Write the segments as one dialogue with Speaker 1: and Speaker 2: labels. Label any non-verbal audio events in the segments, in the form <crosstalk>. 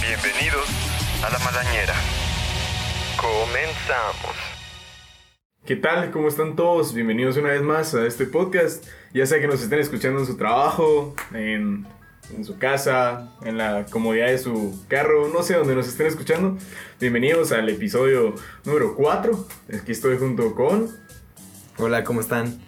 Speaker 1: Bienvenidos a La Malañera. Comenzamos.
Speaker 2: ¿Qué tal? ¿Cómo están todos? Bienvenidos una vez más a este podcast. Ya sea que nos estén escuchando en su trabajo, en, en su casa, en la comodidad de su carro, no sé dónde nos estén escuchando. Bienvenidos al episodio número 4. Aquí estoy junto con.
Speaker 3: Hola, ¿cómo están?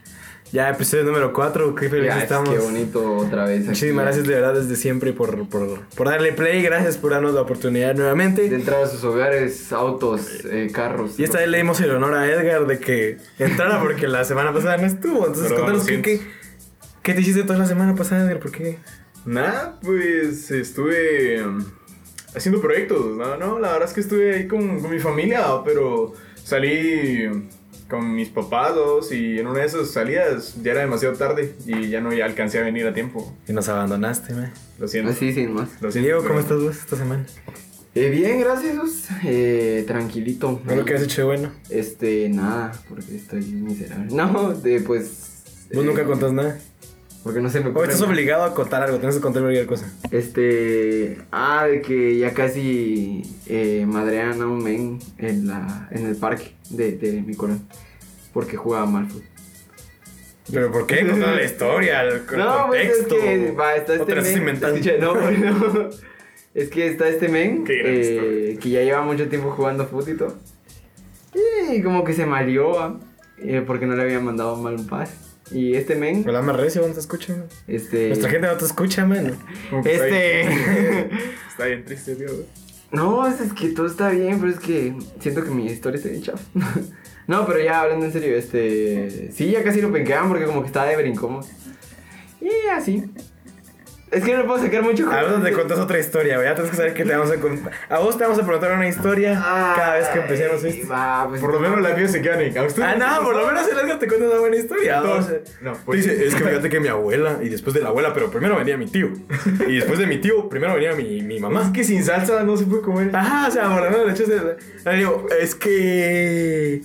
Speaker 3: Ya, episodio número 4, qué felices
Speaker 4: Ya, es
Speaker 3: estamos.
Speaker 4: Qué bonito otra vez. aquí.
Speaker 3: Muchísimas gracias de verdad desde siempre por, por, por darle play, gracias por darnos la oportunidad nuevamente.
Speaker 4: De entrar a sus hogares, autos, eh, carros.
Speaker 3: Y esta vez le dimos el honor a Edgar de que entrara porque la semana pasada no estuvo. Entonces,
Speaker 2: Perdón,
Speaker 3: contanos
Speaker 2: lo
Speaker 3: qué, qué,
Speaker 2: siento.
Speaker 3: qué te hiciste toda la semana pasada, Edgar, por qué.
Speaker 2: Nada, pues estuve mm, haciendo proyectos. No, no, la verdad es que estuve ahí con, con mi familia, pero salí con mis papás dos, y en una de esas salidas ya era demasiado tarde y ya no ya alcancé a venir a tiempo.
Speaker 3: Y nos abandonaste, me.
Speaker 2: Lo
Speaker 3: Ah,
Speaker 2: siento.
Speaker 4: Así, sin Ah, más.
Speaker 2: Lo siento,
Speaker 3: Diego,
Speaker 2: pero-
Speaker 3: ¿cómo estás vos esta semana?
Speaker 4: Eh, bien, gracias. Gus. Eh, tranquilito.
Speaker 3: ¿No lo que has hecho de bueno?
Speaker 4: Este, nada, porque estoy miserable. <laughs> No, de, pues.
Speaker 3: Vos
Speaker 4: eh,
Speaker 3: nunca contás nada.
Speaker 4: Porque no se me
Speaker 3: O
Speaker 4: ocurre.
Speaker 3: estás
Speaker 4: nada.
Speaker 3: obligado a contar algo, tienes que contar cualquier cosa.
Speaker 4: Este. Ah, de que ya casi eh, madrean a un men en, la, en el parque de, de mi corazón. Porque jugaba mal fútbol.
Speaker 3: ¿Pero por qué? Contar la historia, <laughs> el el
Speaker 4: No, pues es
Speaker 3: contexto.
Speaker 4: que va, está
Speaker 3: O te
Speaker 4: este
Speaker 3: la estás
Speaker 4: men.
Speaker 3: <laughs> inventando.
Speaker 4: Escucha, no, <laughs> no. Es que está este men
Speaker 2: Qué gran
Speaker 4: eh,
Speaker 2: historia.
Speaker 4: que ya lleva mucho tiempo jugando fútbol y todo. Y como que se malió va, eh, porque no le había mandado mal un pase. Y este men,
Speaker 3: Me la más recio, no te escucha, man.
Speaker 4: este.
Speaker 3: Nuestra gente no te escucha, man.
Speaker 2: Como que está bien-
Speaker 4: Este.
Speaker 3: <laughs>
Speaker 2: Está bien triste, Diego.
Speaker 4: no, es, es que todo está bien, pero es que siento que mi historia está bien chafa. <laughs> no, pero ya hablando en serio, este. Sí, ya casi lo penqueaban porque como que estaba de brincón. Y así. Es que no le puedo sacar mucho.
Speaker 3: Ahora te
Speaker 4: jugo.
Speaker 3: contas otra historia, güey. Ya tienes que saber que te vamos a contar. A vos te vamos a preguntar una historia cada vez que empecemos
Speaker 4: Ay,
Speaker 3: esto.
Speaker 4: va, pues,
Speaker 2: Por lo menos las mías se quedan en. ¿A usted
Speaker 3: Ah, no, por lo menos el Edgar te cuenta una buena historia.
Speaker 2: No,
Speaker 3: o sea,
Speaker 2: no,
Speaker 3: te
Speaker 2: pues-
Speaker 3: dice, es que fíjate que mi abuela, y después de la abuela, pero primero venía mi tío. Y después de mi tío, primero venía mi, mi
Speaker 2: Más
Speaker 3: mamá.
Speaker 2: que sin salsa no se puede comer.
Speaker 3: Ajá, o sea, por lo menos le echas el- le digo, es que.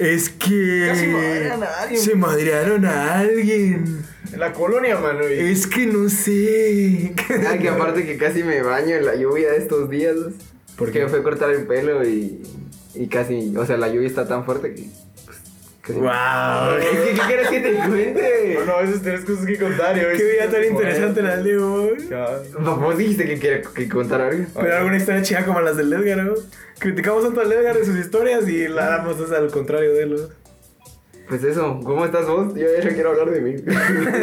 Speaker 3: Es que.
Speaker 2: Casi madrearon a alguien.
Speaker 3: Se madrearon a alguien.
Speaker 2: En la colonia, mano. y-
Speaker 3: Es que no sé. <laughs>
Speaker 4: Ah, que aparte que casi me baño en la lluvia de estos días.
Speaker 3: ¿Por
Speaker 4: Porque
Speaker 3: qué?
Speaker 4: me fui a cortar el pelo y, y casi, o sea, la lluvia está tan fuerte que... pues,
Speaker 2: <laughs>
Speaker 4: casi-
Speaker 3: ¡Wow!
Speaker 4: Es que, <laughs> ¿Qué quieres que te cuente?
Speaker 2: Bueno, a veces tenés cosas que contar y hoy.
Speaker 3: Qué
Speaker 2: sí
Speaker 3: vida tan
Speaker 2: tenés que
Speaker 3: interesante la
Speaker 2: comer.
Speaker 3: de hoy.
Speaker 2: eh, Ya.
Speaker 4: Vos dijiste que quiero que contar algo.
Speaker 3: Pero alguna historia chida como las del Edgar, ¿no? Criticamos tanto al Edgar de sus historias y la damos es al contrario de él. ¿no? <laughs>
Speaker 4: Pues eso, ¿cómo estás vos? Yo ya no quiero hablar de mí.
Speaker 3: <laughs>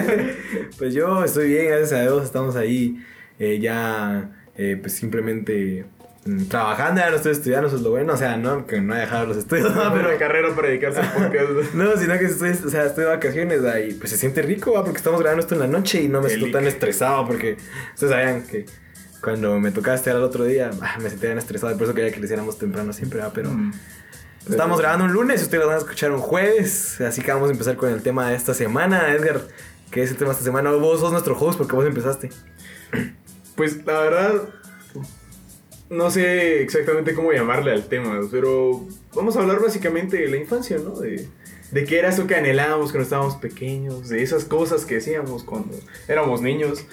Speaker 3: Pues yo estoy bien, gracias a Dios, estamos ahí eh, ya eh, pues simplemente mm, trabajando, ya no estoy estudiando, eso es lo bueno, o sea, no, que no he dejado los estudios, <laughs> ¿no?
Speaker 2: Ah, pero la
Speaker 3: pero...
Speaker 2: carrera para dedicarse al podcast.
Speaker 3: No, sino que estoy, o sea, estoy de vacaciones ahí, pues se siente rico, ¿va? porque estamos grabando esto en la noche y no me siento
Speaker 2: Delic.
Speaker 3: tan estresado porque ustedes sabían que cuando me tocaste al otro día ah, me sentía tan estresado y por eso quería que lo hiciéramos temprano siempre, ¿va? <laughs>
Speaker 2: Mm.
Speaker 3: pero... Estamos grabando un lunes y ustedes lo van a escuchar un jueves. Así que vamos a empezar con el tema de esta semana, Edgar. ¿Qué es el tema de esta semana? Vos sos nuestro host porque vos empezaste.
Speaker 2: Pues la verdad, no sé exactamente cómo llamarle al tema, pero vamos a hablar básicamente de la infancia, ¿no? De, de qué era eso que anhelábamos cuando estábamos pequeños, de esas cosas que hacíamos cuando éramos niños.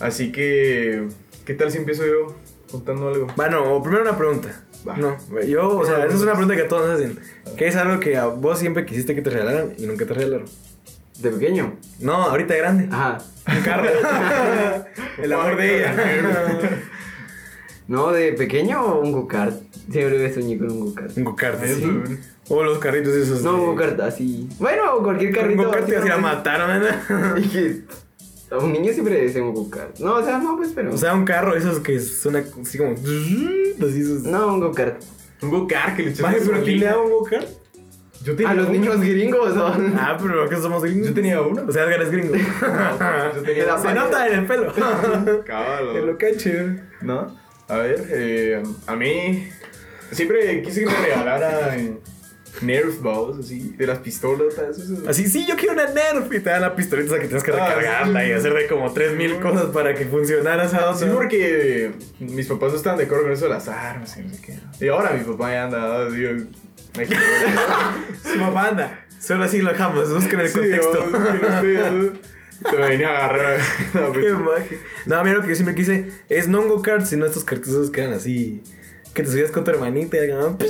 Speaker 2: Así que, ¿qué tal si empiezo yo contando
Speaker 4: <laughs>
Speaker 2: algo?
Speaker 3: Bueno, o primero una pregunta.
Speaker 2: Va.
Speaker 3: No, yo, o sea,
Speaker 2: Primero
Speaker 3: esa es una
Speaker 2: preguntas.
Speaker 3: pregunta que todos hacen. ¿Qué es algo que a vos siempre quisiste que te regalaran y nunca te regalaron?
Speaker 4: ¿De pequeño?
Speaker 3: No, ahorita de grande.
Speaker 4: Ajá.
Speaker 3: Un carro. el amor de ella.
Speaker 4: No, de pequeño un go-kart. Siempre me soñé con un
Speaker 3: <laughs>
Speaker 4: go-kart.
Speaker 3: un go-kart.
Speaker 2: Sí.
Speaker 3: sí. O los carritos esos.
Speaker 4: No,
Speaker 3: de-
Speaker 4: un go-kart así. Bueno, cualquier
Speaker 3: Un
Speaker 4: carrito.
Speaker 3: go-kart te
Speaker 4: así,
Speaker 3: la
Speaker 4: ¿no?
Speaker 3: mataron, ¿no?
Speaker 4: <laughs> Y que a un niño siempre le decían go-kart. No, o sea, no, pues, pero.
Speaker 3: O sea, un carro, esos que suena así como. <laughs> Así esos.
Speaker 4: no, un go-kart.
Speaker 2: Un go-kart que le echaste
Speaker 3: Maje, pero ¿quién le
Speaker 2: gasolina.
Speaker 3: da un go-kart?
Speaker 2: Yo tenía
Speaker 4: A los
Speaker 2: uno.
Speaker 4: niños gringos, ¿no?
Speaker 3: <laughs> Ah, pero que somos gringos.
Speaker 2: Yo tenía uno.
Speaker 3: O sea, Edgar es
Speaker 2: <laughs>
Speaker 3: gringo.
Speaker 2: Yo
Speaker 4: <laughs>
Speaker 2: tenía
Speaker 4: Te la
Speaker 2: uno.
Speaker 3: Se nota en
Speaker 2: <laughs>
Speaker 3: el pelo.
Speaker 2: Cabal,
Speaker 3: En lo cache.
Speaker 2: ¿No? A ver, eh, a mí siempre quise que me regalaran Nerf balls, así, de las pistolas, ¿sabes? Eso es-
Speaker 3: Así, sí, yo quiero una Nerf. Y te dan la pistolita esa que tienes que
Speaker 2: Ah,
Speaker 3: recargarla
Speaker 2: sí.
Speaker 3: y hacer de como 3000 cosas para que funcionara esa
Speaker 2: Sí,
Speaker 3: otra.
Speaker 2: porque mis papás no estaban de acuerdo con eso de las armas y no sé qué. Y ahora mi papá ya anda, ah, digo,
Speaker 3: <laughs>
Speaker 2: México.
Speaker 3: Su mamá anda. Solo así lo dejamos. Busquen
Speaker 2: <laughs>
Speaker 3: el
Speaker 2: Sí,
Speaker 3: contexto.
Speaker 2: vamos, que no sé, eso. Te venía a agarrar. No, pues,
Speaker 3: <laughs> Qué maje. No, mira lo que yo siempre quise es no un go-kart, sino estos cartuzos que eran así. Que te subías con tu hermanita y hagan pi-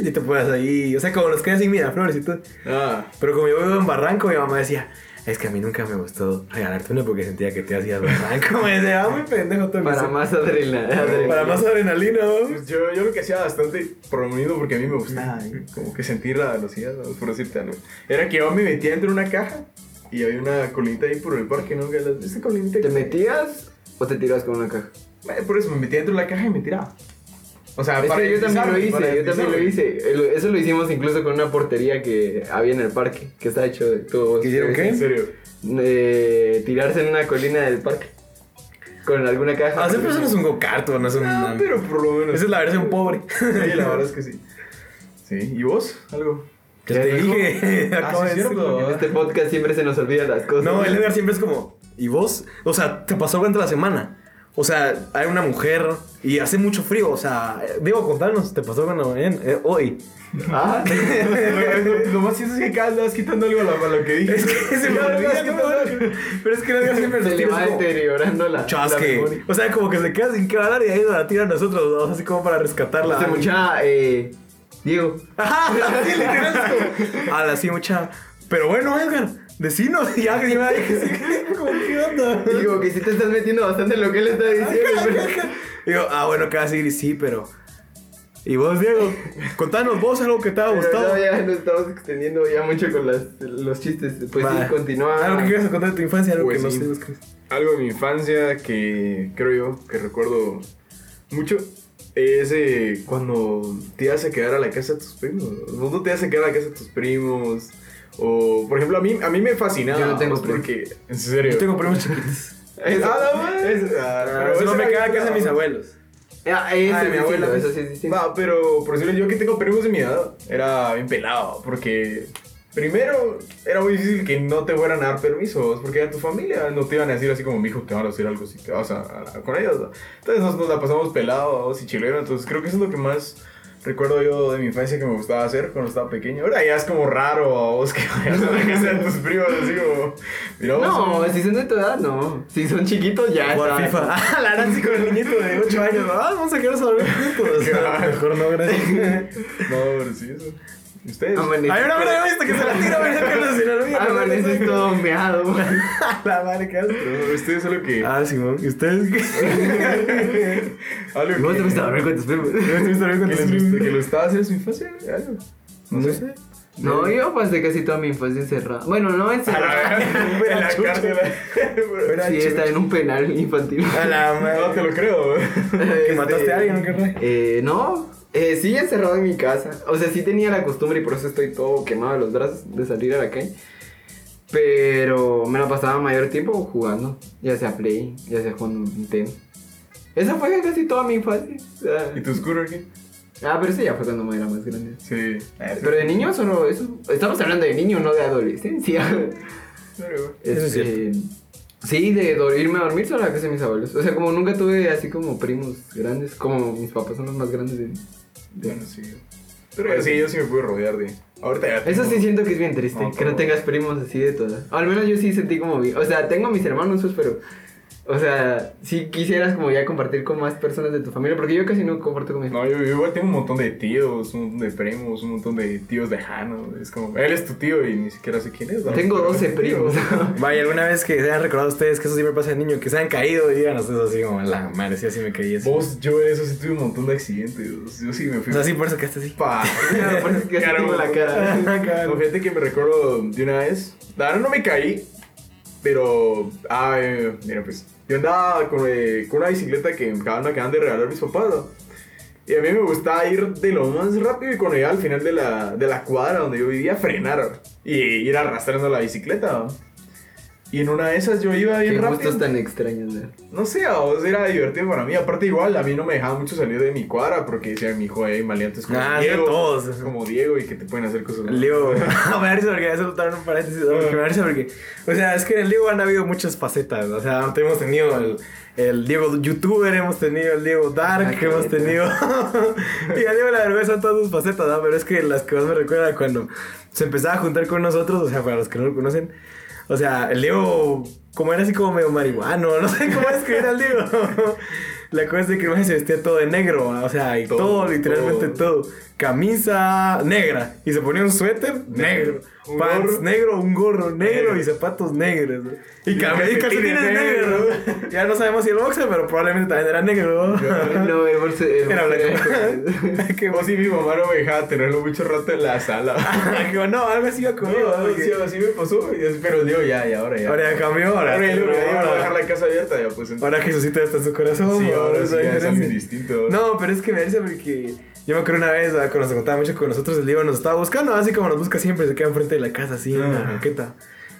Speaker 3: y te ponías ahí. O sea, como los que hacen mira flores y todo.
Speaker 2: ah,
Speaker 3: Pero como yo vivo en Barranco, mi mamá decía, es que a mí nunca me gustó regalarte uno porque sentía que te hacías Barranco. <laughs> Me decía, ah, muy pendejo todo
Speaker 4: <laughs> Para
Speaker 3: eso".
Speaker 4: más adrenalina.
Speaker 3: Para más adrenalina, ¿no?
Speaker 2: pues, yo, yo lo que hacía bastante por lo mismo porque a mí me gustaba ¿eh? como que sentir la velocidad, ¿no? por decirte algo. Era que yo me metía dentro de una caja y había una colinita ahí por el parque, ¿no? Que la- Esa colinita.
Speaker 4: ¿Te metías o te tirabas con una caja?
Speaker 2: Eh, Por eso me metía dentro de la caja y me tiraba. O sea,
Speaker 4: Es que yo también lo
Speaker 2: deslizarme, para
Speaker 4: hice, yo también lo
Speaker 2: deslizarme.
Speaker 4: hice. El- Eso lo hicimos incluso con una portería que había en el parque, que está hecho de tubos.
Speaker 3: ¿Que hicieron
Speaker 2: En serio.
Speaker 4: Eh, tirarse en una colina del parque. Con alguna caja.
Speaker 3: Ah, sí, pero eso no es un go-kart, no es un.
Speaker 2: Ah, pero por lo menos.
Speaker 3: Esa es la versión pobre.
Speaker 2: Sí, la verdad es que sí. Sí, ¿y vos? ¿Algo?
Speaker 3: Yo te dije,
Speaker 2: Ah,
Speaker 3: <laughs> acabo
Speaker 2: sí,
Speaker 3: de
Speaker 2: cierto.
Speaker 3: decirlo.
Speaker 4: En este podcast siempre se nos olvidan las cosas.
Speaker 3: No, el Edgar siempre es como, ¿y vos? O sea, te pasó durante la semana. O sea, hay una mujer y hace mucho frío. O sea, eh, debo contarnos, te pasó cuando en- eh, hoy.
Speaker 4: <laughs>
Speaker 3: <laughs>
Speaker 4: Ah,
Speaker 2: lo más cierto es que cada vez le vas quitando algo a lo, a lo que dije.
Speaker 3: Es que <laughs> se me
Speaker 2: Cada vez le vas
Speaker 3: olvida,
Speaker 2: quitando algo.
Speaker 3: ¿no? Pero es que el Edgar siempre nos
Speaker 4: se le
Speaker 3: tira,
Speaker 4: va
Speaker 3: es como,
Speaker 4: deteriorando la. la
Speaker 3: Chasque.
Speaker 4: memoria.
Speaker 3: O sea, como que se queda sin qué hablar y ahí nos la tira a nosotros dos, así como para rescatarla.
Speaker 4: Este muchacha, eh. Diego.
Speaker 3: <laughs> Ajá, sí, literal, es como, A la sí, mucha. Pero bueno, Edgar, decinos. Y ya que yo me dije, sí, <laughs> como, ¿qué onda? <laughs>
Speaker 4: Digo que sí te estás metiendo bastante en lo que él está diciendo.
Speaker 3: Digo, ah, bueno, que vas a seguir, sí, pero. ¿Y vos, Diego? Contanos vos algo que te ha gustado.
Speaker 4: No, <laughs> ya nos estamos extendiendo ya mucho con las- los chistes. Pues
Speaker 3: Va.
Speaker 4: sí, continúa.
Speaker 3: Algo que quieras contar de tu infancia, algo
Speaker 2: Pues
Speaker 3: que no
Speaker 2: sí.
Speaker 3: sé. es que-
Speaker 2: Algo de mi infancia que creo yo que recuerdo mucho es eh, cuando te ibas a quedar a la casa de tus primos. Vos no te ibas a quedar a la casa de tus primos. O, por ejemplo, a mí, a mí me fascinaba.
Speaker 4: Yo no tengo
Speaker 2: pues,
Speaker 4: primos.
Speaker 2: Porque, en serio.
Speaker 3: Yo
Speaker 2: <laughs>
Speaker 3: tengo primos chiquitos.
Speaker 4: Eso.
Speaker 2: Ah, no, man. Eso- ah, pero
Speaker 3: Solo
Speaker 2: eso
Speaker 3: me
Speaker 2: era
Speaker 3: queda
Speaker 2: bien
Speaker 3: casa de mis
Speaker 2: bravo.
Speaker 3: abuelos.
Speaker 4: Ah, eso
Speaker 2: Ah, de
Speaker 4: es
Speaker 2: mi abuela,
Speaker 4: distinto,
Speaker 2: pues.
Speaker 4: Eso sí es distinto.
Speaker 2: Va, pero por decirlo yo que tengo primos de mi edad, era bien pelado, porque primero era muy difícil que no te fueran a dar permisos, porque era tu familia, no te iban a decir así como, mijo, te van a decir algo si te vas a, a- con ellos. ¿no?". Entonces nos, nos la pasamos pelados y chilero, entonces creo que eso es lo que más recuerdo yo de mi infancia que me gustaba hacer cuando estaba pequeño. Ahora ya es como raro a vos que vayas a la casa de tus primos, así como, mira vos,
Speaker 4: No,
Speaker 2: un-
Speaker 4: si son de tu edad, no. Si son chiquitos, ya.
Speaker 3: Jugar
Speaker 4: está.
Speaker 3: FIFA. Ah, la Nancy con el niñito de 8 años. Ah, vamos a quedarnos a dormir juntos.
Speaker 2: Qué va.
Speaker 3: <laughs> Mejor no, gracias.
Speaker 2: <laughs> No, pero sí, eso. ¿Y ¿Ustedes?
Speaker 4: Amaneces-
Speaker 3: Ay, mira, mira, viste que se la tira, mira, que no se la
Speaker 4: Ah,
Speaker 3: olvida.
Speaker 4: Amaneces todo meado. güey.
Speaker 3: <laughs> La madre que hace.
Speaker 2: Pero ustedes solo que... <laughs>
Speaker 3: Ah, Simón, ¿y ustedes <laughs> qué?
Speaker 2: Algo
Speaker 4: ¿Y ¿Vos
Speaker 2: que-
Speaker 4: te gusta dormir con tus primos?
Speaker 3: ¿Yo estoy historia con
Speaker 2: que,
Speaker 3: tus
Speaker 2: les guste- que
Speaker 3: primos?
Speaker 2: lo estaba haciendo en su infancia, güey, algo. No, sé.
Speaker 4: No, yo pasé casi toda mi infancia encerrada. Bueno,
Speaker 3: <laughs>
Speaker 4: no encerrada.
Speaker 2: En la cárcel.
Speaker 3: Fuera
Speaker 4: Sí,
Speaker 3: chucha.
Speaker 4: estaba en un penal infantil.
Speaker 3: A la
Speaker 2: Ah, No te
Speaker 3: madre. Este,
Speaker 2: lo creo. <laughs> güey.
Speaker 3: Que mataste a alguien, ¿no, carnal?
Speaker 4: Eh, no. Eh, sí, encerrado en mi casa. O sea, sí tenía la costumbre y por eso estoy todo quemado de los brazos de salir a la calle. Pero me la pasaba mayor tiempo jugando. Ya sea Play, ya sea jugando Nintendo. Esa fue casi toda mi infancia. O sea,
Speaker 2: ¿Y tu oscuro aquí?
Speaker 4: Ah, pero eso ya fue cuando me era más grande.
Speaker 2: Sí.
Speaker 4: Pero de niño solo eso. Estamos hablando de niño, no de adolescencia.
Speaker 3: Eso es
Speaker 4: <laughs> Este, Sí, de dor- irme a dormir solo a la casa de mis abuelos. O sea, como nunca tuve así como primos grandes, como mis papás son los más grandes de mí.
Speaker 2: Bueno, sí. Pero sí, yo sí me pude rodear de. Ahorita ya.
Speaker 4: Eso
Speaker 2: tengo-
Speaker 4: sí siento que es bien triste,
Speaker 2: No,
Speaker 4: que no
Speaker 2: por-
Speaker 4: tengas primos así de todas. Al menos yo sí sentí como... vi- O sea, tengo a mis hermanos, pues, pero... O sea, sí quisieras como ya compartir con más personas de tu familia, porque yo casi no comparto con mis
Speaker 2: No, yo, yo igual tengo un montón de tíos, un montón de primos, un montón de tíos lejanos. Es como, él es tu tío y ni siquiera sé quién es. ¿no?
Speaker 4: Tengo
Speaker 2: Pero es
Speaker 4: 12
Speaker 2: tu tío.
Speaker 4: primos.
Speaker 3: Vaya, alguna vez que se han recordado ustedes que eso siempre pasa de niño, que se han caído y digan ustedes así como, la madre, sí, así me caí.
Speaker 2: <laughs>
Speaker 3: así".
Speaker 2: Vos, yo eso sí tuve un montón de accidentes. Yo sí me fui.
Speaker 3: O sea, sí, por eso que estás así.
Speaker 2: Pa.
Speaker 4: Claro, por eso es que así tengo la cara.
Speaker 2: No, fíjate que me recuerdo de una vez. La verdad no me caí, pero. Ah, eh, mira, pues. Yo andaba con, eh, con una bicicleta que me acaban, me acaban de regalar mis papás. ¿no? Y a mí me gustaba ir de lo más rápido y cuando llegaba al final de la, de la cuadra donde yo vivía, frenar y ir arrastrando la bicicleta. ¿no? Y en una de esas yo iba bien
Speaker 4: Qué
Speaker 2: rápido.
Speaker 4: gustos tan extraños, ¿verdad?
Speaker 2: No sé, a vos era divertido para mí. Aparte, igual, a mí no me dejaba mucho salir de mi cuadra porque decían, mi hijo, eh, maleantes como
Speaker 3: Ah, sí,
Speaker 2: Diego.
Speaker 3: todos.
Speaker 2: Como Diego y que te pueden hacer cosas. malas".
Speaker 3: Leo, <laughs> me da risa porque eso soltaron un paréntesis, ¿no? porque me da risa porque, o sea, es que en el Leo han habido muchas facetas, ¿no? o sea, hemos tenido el, El Diego youtuber hemos tenido, el Diego dark
Speaker 4: Ah, qué
Speaker 3: hemos
Speaker 4: neta.
Speaker 3: tenido. <laughs> y el Diego la vergüenza en todas sus facetas, ¿no? Pero es que las que más me recuerda cuando se empezaba a juntar con nosotros, o sea, para los que no lo conocen, o sea, el Diego como era así como medio marihuano, no sé cómo escribir al Diego. La cosa es de que el maje se vestía todo de negro, ¿va? o sea, y todo,
Speaker 2: Todo,
Speaker 3: literalmente todo.
Speaker 2: todo.
Speaker 3: Camisa negra y se ponía un suéter negro,
Speaker 2: Negro. Un
Speaker 3: pants
Speaker 2: gorro.
Speaker 3: negro, un gorro negro
Speaker 2: Negro.
Speaker 3: y zapatos negros. ¿no? Y,
Speaker 2: Y
Speaker 3: cam- y calcetines
Speaker 2: calcetines
Speaker 3: negros.
Speaker 2: negros.
Speaker 3: ¿no? Ya no sabemos si el boxer, pero probablemente también era negro. ¿no?
Speaker 4: No, el bolso. El
Speaker 3: Era
Speaker 4: bolso-
Speaker 2: <laughs>
Speaker 3: blanco. Qué
Speaker 2: O si mi mamá no me dejaba tenerlo mucho rato en la <laughs> sala.
Speaker 3: <laughs> Digo, no, algo así iba
Speaker 2: No,
Speaker 3: conmigo. ¿no?
Speaker 2: así, así me pasó. y es- Pero digo, ya, ya, ahora ya.
Speaker 3: Ahora ya cambió, ahora.
Speaker 2: Ahora ya, digo, ya, voy a dejar
Speaker 3: Ahora,
Speaker 2: la casa abierta, ya pues. entonces-
Speaker 3: ahora Jesucito está en su corazón.
Speaker 2: sí,
Speaker 3: ¿no?
Speaker 2: ahora
Speaker 3: Es
Speaker 2: sí,
Speaker 3: la
Speaker 2: ya es algo
Speaker 3: diferencia.
Speaker 2: distinto.
Speaker 3: No, pero es que me dice porque yo me acuerdo una vez ¿verdad? cuando se contaba mucho con nosotros, el Diego nos estaba buscando, así como nos busca siempre, se queda enfrente de la casa, así en la
Speaker 2: Ah.
Speaker 3: banqueta.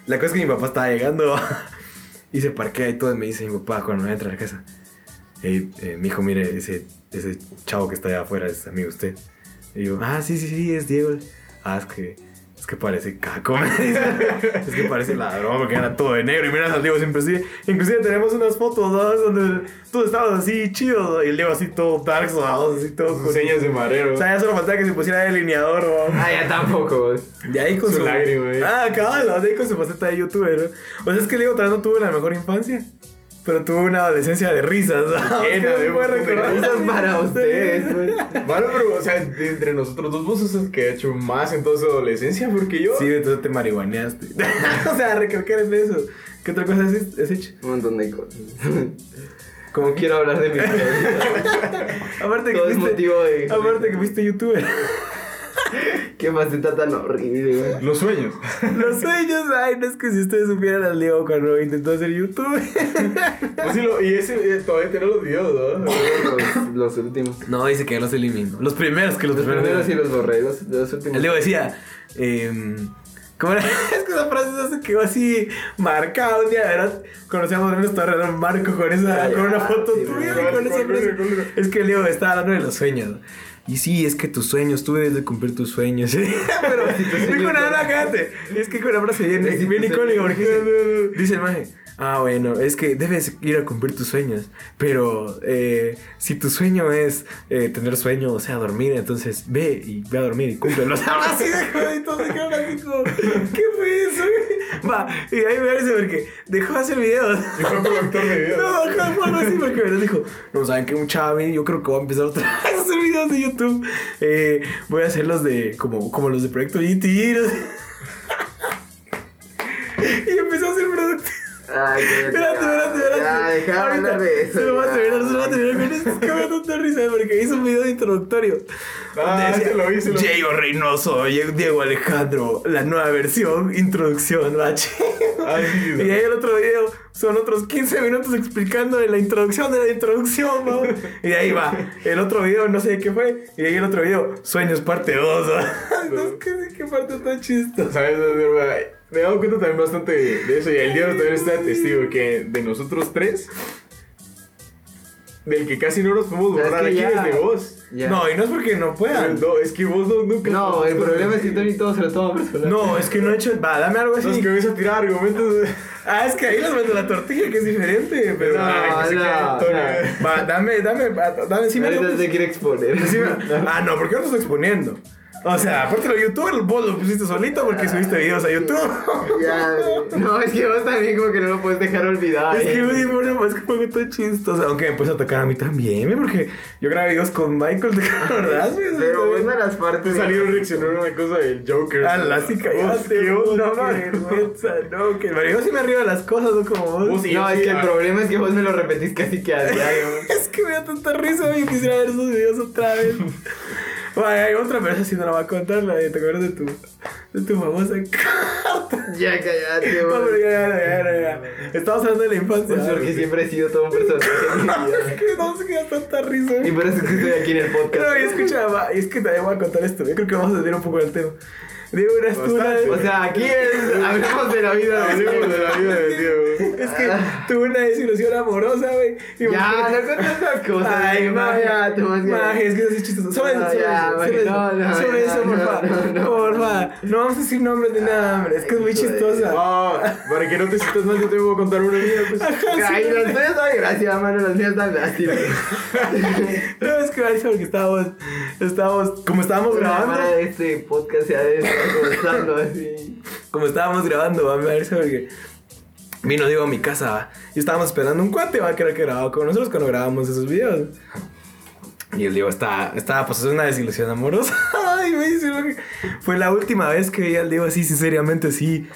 Speaker 3: La cosa es que mi papá estaba llegando <laughs> y se parquea y todo, y me dice mi papá cuando me entra a la casa. "Ey, eh, mijo, mire, ese, ese chavo que está allá afuera es amigo de usted. Y yo, ah, sí, sí, sí, es Diego. Ah, es que, es que parece caco, <laughs> me dice. Es que parece ladrón, porque era todo de negro y miras al Diego siempre así. Inclusive tenemos unas fotos, ¿no? Donde tú estabas así chido y el Diego así todo dark, ¿no? así todo
Speaker 2: Sus señas de marero.
Speaker 3: O sea, ya solo faltaba que se pusiera delineador, ¿no?
Speaker 4: <laughs> Ah, ya tampoco.
Speaker 3: De ahí con su...
Speaker 2: Su lágrima, eh.
Speaker 3: Ah, cabrón, de ahí con su faceta de youtuber, ¿no? O sea, es que el Diego tal vez no tuvo la mejor infancia. Pero tuvo una adolescencia de risas, ¿no?
Speaker 2: Llena
Speaker 3: Que no
Speaker 2: de
Speaker 3: se puede
Speaker 2: un montón de
Speaker 3: recordar.
Speaker 4: Eso es para ustedes, pues. güey.
Speaker 2: Bueno, pero, o sea, de entre nosotros dos, vos sos el que ha hecho más en toda su adolescencia, porque yo.
Speaker 3: Sí, entonces te marihuaneaste. <laughs> o sea, recalcar en eso. ¿Qué otra cosa has, has hecho?
Speaker 4: Un montón de cosas.
Speaker 3: Como
Speaker 4: No
Speaker 3: que...
Speaker 4: quiero hablar de mi historia.
Speaker 2: <laughs>
Speaker 3: Aparte que
Speaker 4: Todo es
Speaker 3: fuiste-
Speaker 4: motivo de.
Speaker 3: Aparte que fuiste youtuber.
Speaker 4: Qué faceta tan horrible, güey.
Speaker 2: Los <laughs> sueños.
Speaker 3: <laughs> Los sueños, ay, no es que si ustedes supieran al Diego cuando intentó hacer youtuber.
Speaker 2: Pues sí, lo- y ese eh, todavía tiene los videos,
Speaker 4: <laughs>
Speaker 2: ¿no?
Speaker 4: Los, los últimos.
Speaker 3: No, dice que los eliminó. Los primeros que los,
Speaker 4: Los primeros sí
Speaker 3: eliminó.
Speaker 4: los borré, los, los últimos.
Speaker 3: El Diego decía, em, ¿cómo era? <laughs> Es que esa frase se quedó así marcada un día, ¿verdad? Conocíamos en un restaurante Marco con, esa,
Speaker 4: Ah,
Speaker 3: con una
Speaker 4: ya,
Speaker 3: foto
Speaker 4: sí,
Speaker 3: tuya
Speaker 2: ¿verdad?
Speaker 3: con esa
Speaker 2: Con- con-
Speaker 3: frase.
Speaker 2: con- con-
Speaker 3: <laughs> Es que el Diego estaba hablando de los sueños. Y sí, es que tus sueños, tú debes de cumplir tus sueños. <laughs> Pero,
Speaker 4: <laughs> pues,
Speaker 3: y con una frase, es que con una frase bien,
Speaker 4: Sí, sí,
Speaker 3: bien
Speaker 4: tus
Speaker 3: icónica, porque
Speaker 4: sueños.
Speaker 3: dice, dice el maje, ah, bueno, es que debes ir a cumplir tus sueños, pero eh, si tu sueño es eh, tener sueño, o sea, dormir, entonces ve y ve a dormir y cúmplelo. <laughs> O sea, habla así de joditos, se quedaron así como, ¿qué fue eso? <laughs> Va, y ahí me parece porque dejó de hacer videos.
Speaker 2: Y fue productor
Speaker 3: <laughs>
Speaker 2: de videos.
Speaker 3: No, acá fue algo así porque me dijo, no saben que un chave, yo creo que voy a empezar otra <laughs> vez a hacer videos de YouTube. Eh, voy a hacer los de como, como los <laughs> de Proyecto GT. no sé. y empezó a hacer producto.
Speaker 4: Ay, qué
Speaker 3: Espérate, espérate, espérate.
Speaker 4: Ya, dejá de hablar de eso.
Speaker 3: Solo vas a
Speaker 4: ya.
Speaker 3: terminar, solo vas a terminar con esto. Es que me da tanta risa porque hizo un video introductorio.
Speaker 2: Ah,
Speaker 3: donde
Speaker 4: este
Speaker 2: se lo vi, se lo vi.
Speaker 3: Diego Reynoso, Diego Alejandro, la nueva versión, introducción, H.
Speaker 2: Ay,
Speaker 3: Y ahí el otro video son otros 15 minutos explicando de la introducción de la introducción,
Speaker 4: <laughs>
Speaker 3: ¿no? Y ahí va. El otro video, no sé de qué fue. Y ahí el otro video, Sueños parte 2. <laughs> Entonces, ¿qué, qué parte tan chistosa?
Speaker 2: ¿Sabes? No, mi hermana, Me he dado cuenta también bastante de eso. Y el Diego también está testigo que de nosotros tres, del que casi no nos podemos
Speaker 4: Pero es
Speaker 2: borrar
Speaker 4: que
Speaker 2: aquí
Speaker 4: ya-
Speaker 2: es de vos. Pues,
Speaker 4: Ya.
Speaker 3: No, y no es porque no puedan.
Speaker 2: No, es que vos no, nunca.
Speaker 4: No, el problema es que tú ni todo se lo toma personal.
Speaker 3: No, es que no he hecho. Va, dame algo
Speaker 2: Los
Speaker 3: así.
Speaker 2: que vais a tirar argumentos.
Speaker 4: <laughs>
Speaker 3: Ah, es que ahí les mando la tortilla, que es diferente. Pero. Ah,
Speaker 2: Ay, que se
Speaker 4: no,
Speaker 2: quede Antonio.
Speaker 3: Va, dame, dame, va, dame encima.
Speaker 4: Ahorita se quiere exponer. <laughs>
Speaker 3: Ah, no, porque yo no estoy exponiendo. O sea, aparte de YouTube, vos lo pusiste solito porque subiste videos a YouTube.
Speaker 4: Ah. Ya, no, es que vos también como que no lo puedes dejar olvidar.
Speaker 3: Es que,
Speaker 4: eh.
Speaker 3: güey, bueno, es que fue tan chistoso. Aunque me puedes atacar a mí también, güey, porque yo grabé videos con Michael, ¿te acuerdas, güey?
Speaker 4: Pero una de las partes.
Speaker 2: Salieron reaccionando una cosa del Joker.
Speaker 4: Ah,
Speaker 3: A Ah, la sí
Speaker 2: Vos, qué
Speaker 3: cállate, vos,
Speaker 2: onda,
Speaker 3: no me
Speaker 2: qué
Speaker 3: vergüenza, no, que... Pero yo sí me río de las cosas, no como vos.
Speaker 2: Vos sí,
Speaker 4: No,
Speaker 2: yo
Speaker 4: es
Speaker 2: sí,
Speaker 4: que el
Speaker 2: ah,
Speaker 4: problema es que vos me lo repetís
Speaker 3: <laughs>
Speaker 4: casi que a diario.
Speaker 3: Es que me da tanta risa, yo quisiera ver esos videos otra vez.
Speaker 4: <laughs>
Speaker 3: Bueno, hay otra, pero esa sí no la voy a contar, la de, ¿te acuerdas de tu, de tu famosa <laughs> carta?
Speaker 4: Ya callate,
Speaker 3: No, pero
Speaker 4: vos.
Speaker 3: ya, ya, ya, ya, ya. Estamos hablando de la infancia.
Speaker 4: Pues porque siempre he sido todo un personaje.
Speaker 3: <laughs> No, es que no se queda tanta risa.
Speaker 4: Y por eso es que estoy aquí en el podcast.
Speaker 3: No, y escucha, va, y es que también voy a contar esto. Yo creo que vamos a salir un poco del tema. Digo, una tú una vez-
Speaker 2: Bastante.
Speaker 4: O sea, aquí es. Hablamos de la vida
Speaker 3: <laughs>
Speaker 4: de
Speaker 2: Hablemos de la vida de Diego.
Speaker 3: es que tuve una desilusión amorosa, güey. y me <laughs>
Speaker 4: ah. Ya,
Speaker 3: acuerdo-
Speaker 4: no contas las <laughs> cosas.
Speaker 3: Ay,
Speaker 4: güey,
Speaker 3: maje,
Speaker 4: ya, Tomás, ya.
Speaker 3: maje, es que es así chistoso. Sobre eso,
Speaker 4: No,
Speaker 3: sobre
Speaker 4: ya,
Speaker 3: eso,
Speaker 4: maje,
Speaker 3: sobre eso,
Speaker 4: no, no,
Speaker 3: sobre
Speaker 4: no,
Speaker 3: eso,
Speaker 4: no,
Speaker 3: porfa,
Speaker 4: no, no.
Speaker 3: porfa. No vamos a decir nombres de nada, hombre, es que es muy chistosa.
Speaker 2: Ah, para que no te sientas mal, yo te voy a contar una mía. Pues.
Speaker 4: Ay, las mías dan gracia, mano, las mías dan lástima.
Speaker 3: <laughs> No, es que me da risa porque estábamos, estábamos, como estábamos grabando,
Speaker 4: Para este podcast sea de estar conversando así.
Speaker 3: como estábamos grabando, va, me da risa porque vino Diego a mi casa, va, y estábamos esperando un cuate, va, que era el que grababa con nosotros cuando grabábamos esos videos. Y el Diego estaba, estaba pues es una desilusión amorosa. <laughs> Ay, me dice, "Lo que- fue la última vez que vi al Diego así, sinceramente, sí,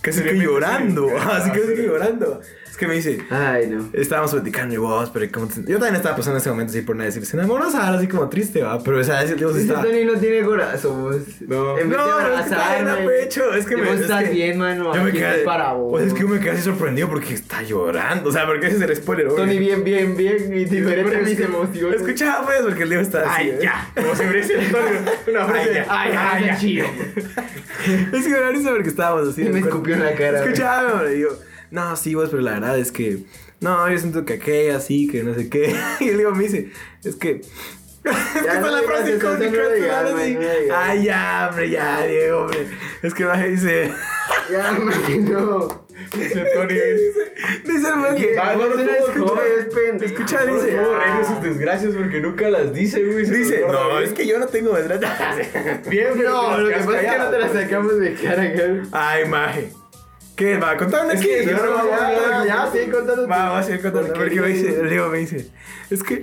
Speaker 3: casi que
Speaker 2: Seriamente, sí.
Speaker 3: llorando, <laughs> así casi que
Speaker 2: Sí.
Speaker 3: llorando. Es que me dice,
Speaker 4: Ay, no.
Speaker 3: Estábamos platicando y vos, pero ¿cómo te- Yo también estaba pasando ese momento así por una desilusión amorosa, ahora así como triste, va. Pero, o sea, ese tío sí
Speaker 4: Este
Speaker 3: estaba.
Speaker 4: Tony no tiene corazón. vos.
Speaker 2: No.
Speaker 4: En vez de
Speaker 3: No, pero es que
Speaker 4: abrazar,
Speaker 3: está
Speaker 4: man.
Speaker 3: bien pecho, es que
Speaker 4: Vos
Speaker 3: me- es
Speaker 4: estás
Speaker 3: que
Speaker 4: bien, mano.
Speaker 3: Yo me
Speaker 4: aquí estoy
Speaker 3: quedé.
Speaker 4: para vos.
Speaker 3: Pues es que yo me quedé así sorprendido porque está llorando. O sea, porque ese es el spoiler, obvio.
Speaker 4: Tony, bien, bien, bien. Y diferente a mis
Speaker 3: Lo
Speaker 4: emociones.
Speaker 3: Escuchaba, pues, porque el tío estaba así.
Speaker 2: Ay,
Speaker 3: ¿eh?
Speaker 2: ya. Como si hubiese una frase. de,
Speaker 4: Ay, ay, ay, chido.
Speaker 3: Es que me da risa porque estábamos así.
Speaker 4: Y me
Speaker 3: ¿de acuerdo?
Speaker 4: escupió en la cara.
Speaker 3: Escuchaba, hombre, y digo, no, sí, vos, pero la verdad es que, no, yo siento que aquella sí, que no sé qué. Y él digo, me dice, es que. Es que
Speaker 4: Ya
Speaker 3: fue
Speaker 4: no
Speaker 3: la
Speaker 4: digas
Speaker 3: frase
Speaker 4: eso,
Speaker 3: icónica,
Speaker 4: no lo digas,
Speaker 3: claro,
Speaker 4: man,
Speaker 3: así.
Speaker 4: no lo digas.
Speaker 3: Ay, ya, hombre, ya, Diego, hombre. Es que baja y dice.
Speaker 4: Ya, man, no.
Speaker 2: Dice Tony.
Speaker 3: Dice el man que.
Speaker 2: Ah, no, no,
Speaker 4: Vos
Speaker 2: no,
Speaker 4: eres
Speaker 2: no,
Speaker 4: joven,
Speaker 2: no.
Speaker 4: eres pendejo.
Speaker 3: Escucha,
Speaker 2: Por
Speaker 3: dice,
Speaker 2: favor,
Speaker 4: Ya.
Speaker 2: reine sus desgracias porque nunca las dice, güey. se
Speaker 3: Dice,
Speaker 2: las guarda
Speaker 3: no,
Speaker 2: bien.
Speaker 3: es que yo no tengo desgracia.
Speaker 2: Bien, pero
Speaker 4: No,
Speaker 2: te
Speaker 4: lo que
Speaker 2: las
Speaker 4: pasa es que no
Speaker 2: callado.
Speaker 4: te la sacamos de cara, cabrón.
Speaker 3: Ay, maje. ¿Qué? Va, contame
Speaker 2: Es
Speaker 3: aquí.
Speaker 2: que yo
Speaker 3: no,
Speaker 2: no-
Speaker 3: va,
Speaker 2: ya,
Speaker 3: va,
Speaker 4: ya,
Speaker 3: va.
Speaker 4: sí, contando
Speaker 3: Va,
Speaker 4: tu-
Speaker 3: va, sí, contando. Porque
Speaker 4: porquería.
Speaker 3: me dice, Leo me dice, es que.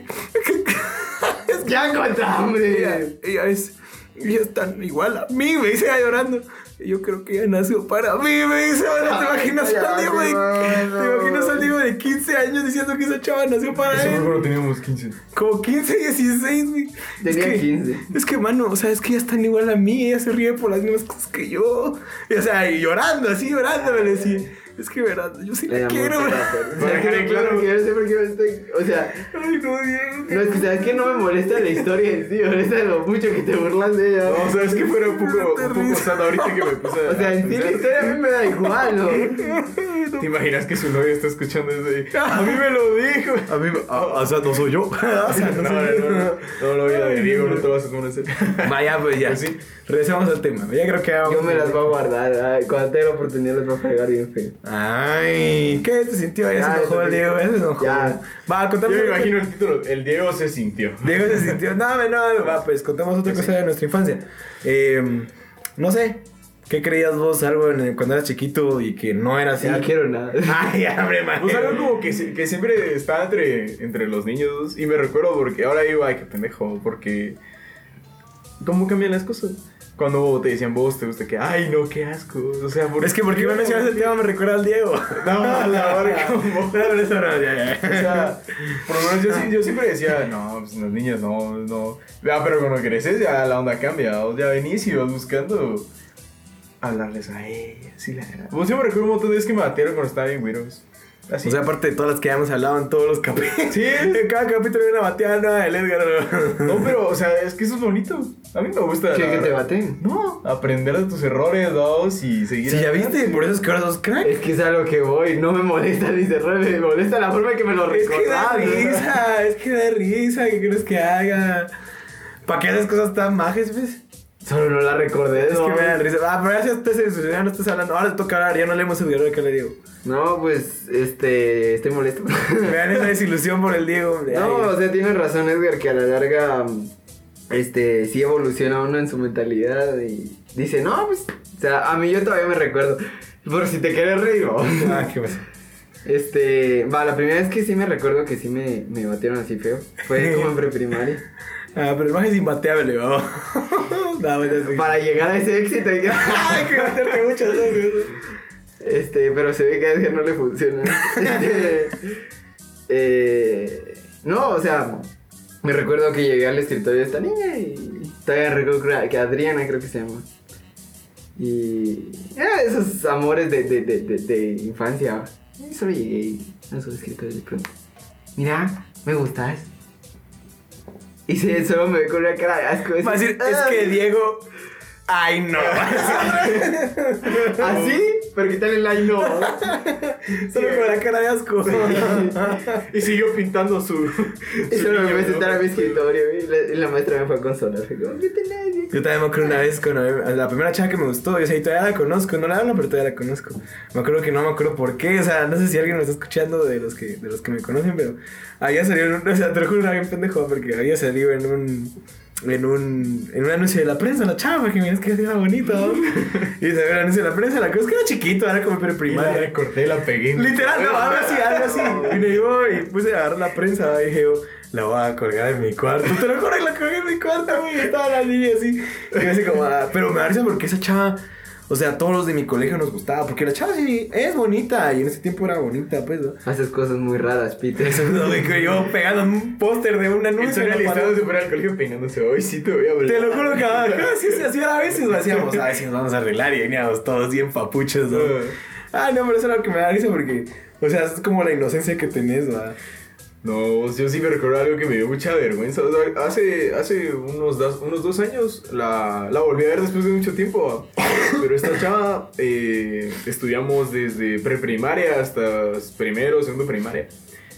Speaker 3: <laughs> es que
Speaker 4: Ya contá,
Speaker 3: ella,
Speaker 4: hombre.
Speaker 3: ella es. Ella es tan igual a mí, me dice ella llorando. Yo creo que ella nació para mí, me dice. Ahora te
Speaker 4: Ay,
Speaker 3: imaginas
Speaker 4: ya,
Speaker 3: al Diego de.
Speaker 4: mano.
Speaker 3: Te imaginas al Diego de 15 años diciendo que esa chava nació para
Speaker 2: Eso fue
Speaker 3: él.
Speaker 2: cuando teníamos 15.
Speaker 3: Como 15, 16, güey.
Speaker 4: Tenía
Speaker 3: es que,
Speaker 4: 15.
Speaker 3: Es que, mano, o sea, es que ella es tan igual a mí, ella se ríe por las mismas cosas que yo. Y, o sea, y llorando, así llorando, me decía. Es que, verdad, yo sí la quiero,
Speaker 4: Para
Speaker 2: Para dejar en claro.
Speaker 4: claro que yo no sé por qué me estoy. O sea,
Speaker 3: Ay, no, Diego.
Speaker 4: no, es que sabes que no me molesta la historia en sí, me molesta lo mucho que te burlas de ella.
Speaker 2: No, sabes que fuera un poco,
Speaker 3: Te
Speaker 2: un poco
Speaker 3: ríes.
Speaker 2: sad
Speaker 4: <laughs>
Speaker 2: ahorita que me puse. a-
Speaker 4: O sea, en sí la historia a mí me da igual, ¿no?
Speaker 2: ¿Te imaginas que su novio está escuchando desde ahí? A mí me lo dijo.
Speaker 3: A mí, o sea, no soy yo. <laughs> o sea,
Speaker 2: <laughs> No, no, no, no, no lo voy a decir, no te lo vas a conocer.
Speaker 3: Vaya, pues ya.
Speaker 2: Pues sí.
Speaker 3: Regresamos al tema. Ya creo que vamos.
Speaker 4: Yo me las voy a guardar. ay, cuando tenga la oportunidad las voy a fregar bien feo.
Speaker 3: Ay, ¿qué te sintió? Ya,
Speaker 4: Ya,
Speaker 3: se enojó
Speaker 4: ya,
Speaker 3: el Diego, ya se enojó.
Speaker 4: ya.
Speaker 3: Va,
Speaker 2: Yo
Speaker 3: contame.
Speaker 2: me
Speaker 3: lo que-
Speaker 2: imagino el título, el Diego se sintió.
Speaker 3: Diego se sintió. No, me- no, va, pues contamos otra cosa de nuestra infancia. Eh, no sé, ¿qué creías vos algo en el- cuando eras chiquito y que no era así?
Speaker 4: Ya no quiero nada. <laughs>
Speaker 3: Ay, hombre, man.
Speaker 2: Pues algo como que, se- que siempre está entre, entre los niños y me recuerdo porque ahora digo, ay, qué pendejo, porque... ¿Cómo cambian las cosas? Cuando te decían vos, te gusta que, ay, no, qué asco. O sea, ¿por
Speaker 3: Es que porque me mencionas el tema me recuerda al Diego.
Speaker 2: <laughs> No, la verga,
Speaker 3: No,
Speaker 2: ¿cómo?
Speaker 3: pero eso no, ya, ya.
Speaker 2: <laughs> O sea, por lo menos yo, sí- yo siempre decía, no, pues las niñas no, no. Ya, pero cuando creces ya la onda cambia, o ya venís y vas buscando hablarles a ellas sí la verdad. Pues yo me recuerdo un montón de veces que me batieron cuando estaba en Widows. Así.
Speaker 3: O sea, aparte de todas las que ya hemos hablado en todos los capítulos. <laughs>
Speaker 2: Sí.
Speaker 3: En cada capítulo hay una bateada nueva del Edgar.
Speaker 2: no, pero, o sea, es que eso es bonito. A mí me gusta. la
Speaker 4: ¿Qué, que te
Speaker 2: verdad.
Speaker 4: baten?
Speaker 2: No, aprender de tus errores, dos, y seguir.
Speaker 3: Si ya
Speaker 2: adelante.
Speaker 3: viste, por eso es que ahora sos crack.
Speaker 4: Es que es a lo que voy, no me molesta mis errores, me molesta la forma en que me lo
Speaker 3: Es que da
Speaker 4: recordás.
Speaker 3: risa, es que da risa, ¿qué crees que haga? ¿Para qué haces cosas tan majes, pues?
Speaker 4: Solo no la recordé,
Speaker 3: Es
Speaker 4: no.
Speaker 3: que me da risa. Ah, pero gracias a ustedes, ya no estás hablando. Ahora te toca hablar, ya no le hemos subido lo que le digo.
Speaker 4: No, pues, este, estoy molesto. <laughs>
Speaker 3: Vean esa desilusión por el Diego, hombre.
Speaker 4: No,
Speaker 3: Ay,
Speaker 4: o sea, tienes razón, Edgar, que a la larga, mm, este, sí evoluciona uno en su mentalidad y dice, no, pues, o sea, a mí yo todavía me recuerdo. Por si te quieres reír, ¿no?
Speaker 3: Ah, qué pasa.
Speaker 4: Este, va, la primera vez que sí me recuerdo que sí me, me batieron así feo. Fue como en preprimaria.
Speaker 3: Ah, pero el maje es imbateable, ¿no? <laughs> no, bueno, sí.
Speaker 4: Para llegar a ese éxito hay que... <laughs>
Speaker 3: Ay, que baterte muchas veces.
Speaker 4: Este, pero se ve que a Edgar no
Speaker 3: <laughs>
Speaker 4: le funciona. Este, eh, no, o sea, me recuerdo que llegué al escritorio de esta niña y todavía recuerdo que Adriana creo que se llama. Y era de esos amores de, de, de, de, de infancia. Y solo llegué a su escritorio y le pregunté, mira, me gustas. Y se, solo me ve con una cara de asco.
Speaker 3: Va a decir, es
Speaker 4: <laughs> "Ah".
Speaker 3: que Diego Ay, no. <laughs>
Speaker 4: Así, pero quítale el ay no.
Speaker 3: Solo con la cara de asco. <laughs>
Speaker 2: Y siguió pintando su.
Speaker 4: Y
Speaker 2: su
Speaker 4: solo me
Speaker 2: niño,
Speaker 4: voy a
Speaker 2: ¿no?
Speaker 4: sentar a mi escritorio güey, y la, y la maestra me fue a consolar. Fue como, vete nadie.
Speaker 3: Yo también me acuerdo una vez con la primera chava que me gustó, yo sé, todavía la conozco, no la hablo, pero todavía la conozco. Me acuerdo que no me acuerdo por qué, o sea, no sé si alguien me está escuchando de los que, de los que me conocen, pero había salido, en un, <laughs> o sea, te lo juro, era bien pendejo, porque había salido en un, en un, en un anuncio de la prensa, la chava, que miras que era bonita, ¿no? y se ve el anuncio de la prensa, la cosa es que era chiquito, era como pero
Speaker 2: Y la
Speaker 3: primaria.
Speaker 2: recorté, la pegué.
Speaker 3: Literal, no, algo así, algo así. Y me digo, y puse a agarrar la prensa, y dije, yo, la voy a colgar en mi cuarto. Te lo juro, que la colgué en mi cuarto, güey. y Estaba la niña así. Y yo así como, ah, pero me da risa porque esa chava, o sea, todos los de mi colegio nos gustaba. Porque la chava sí es bonita, y en ese tiempo era bonita, pues, ¿no?
Speaker 4: Haces cosas muy raras, Peter. <laughs>
Speaker 3: Eso es lo que yo pegando un póster de un anuncio.
Speaker 2: Estoy
Speaker 3: en la
Speaker 2: alistado
Speaker 3: pared.
Speaker 2: de superar al colegio peinándose hoy, sí te voy a volver.
Speaker 3: Te lo juro que ah,
Speaker 2: <laughs>
Speaker 3: sí, sí, así era a veces lo hacíamos. Ay, sí, nos vamos a arreglar y veníamos todos bien papuchos. ¿no?
Speaker 2: Ah.
Speaker 3: Ah, no, pero eso era lo que me da risa porque, o sea, es como la inocencia que tenés, ¿verdad?
Speaker 2: No, yo sí me recuerdo algo que me dio mucha vergüenza. O sea, hace, hace unos, das- unos dos años la, la volví a ver después de mucho tiempo. Pero esta chava eh, estudiamos desde preprimaria hasta primero, segundo primaria.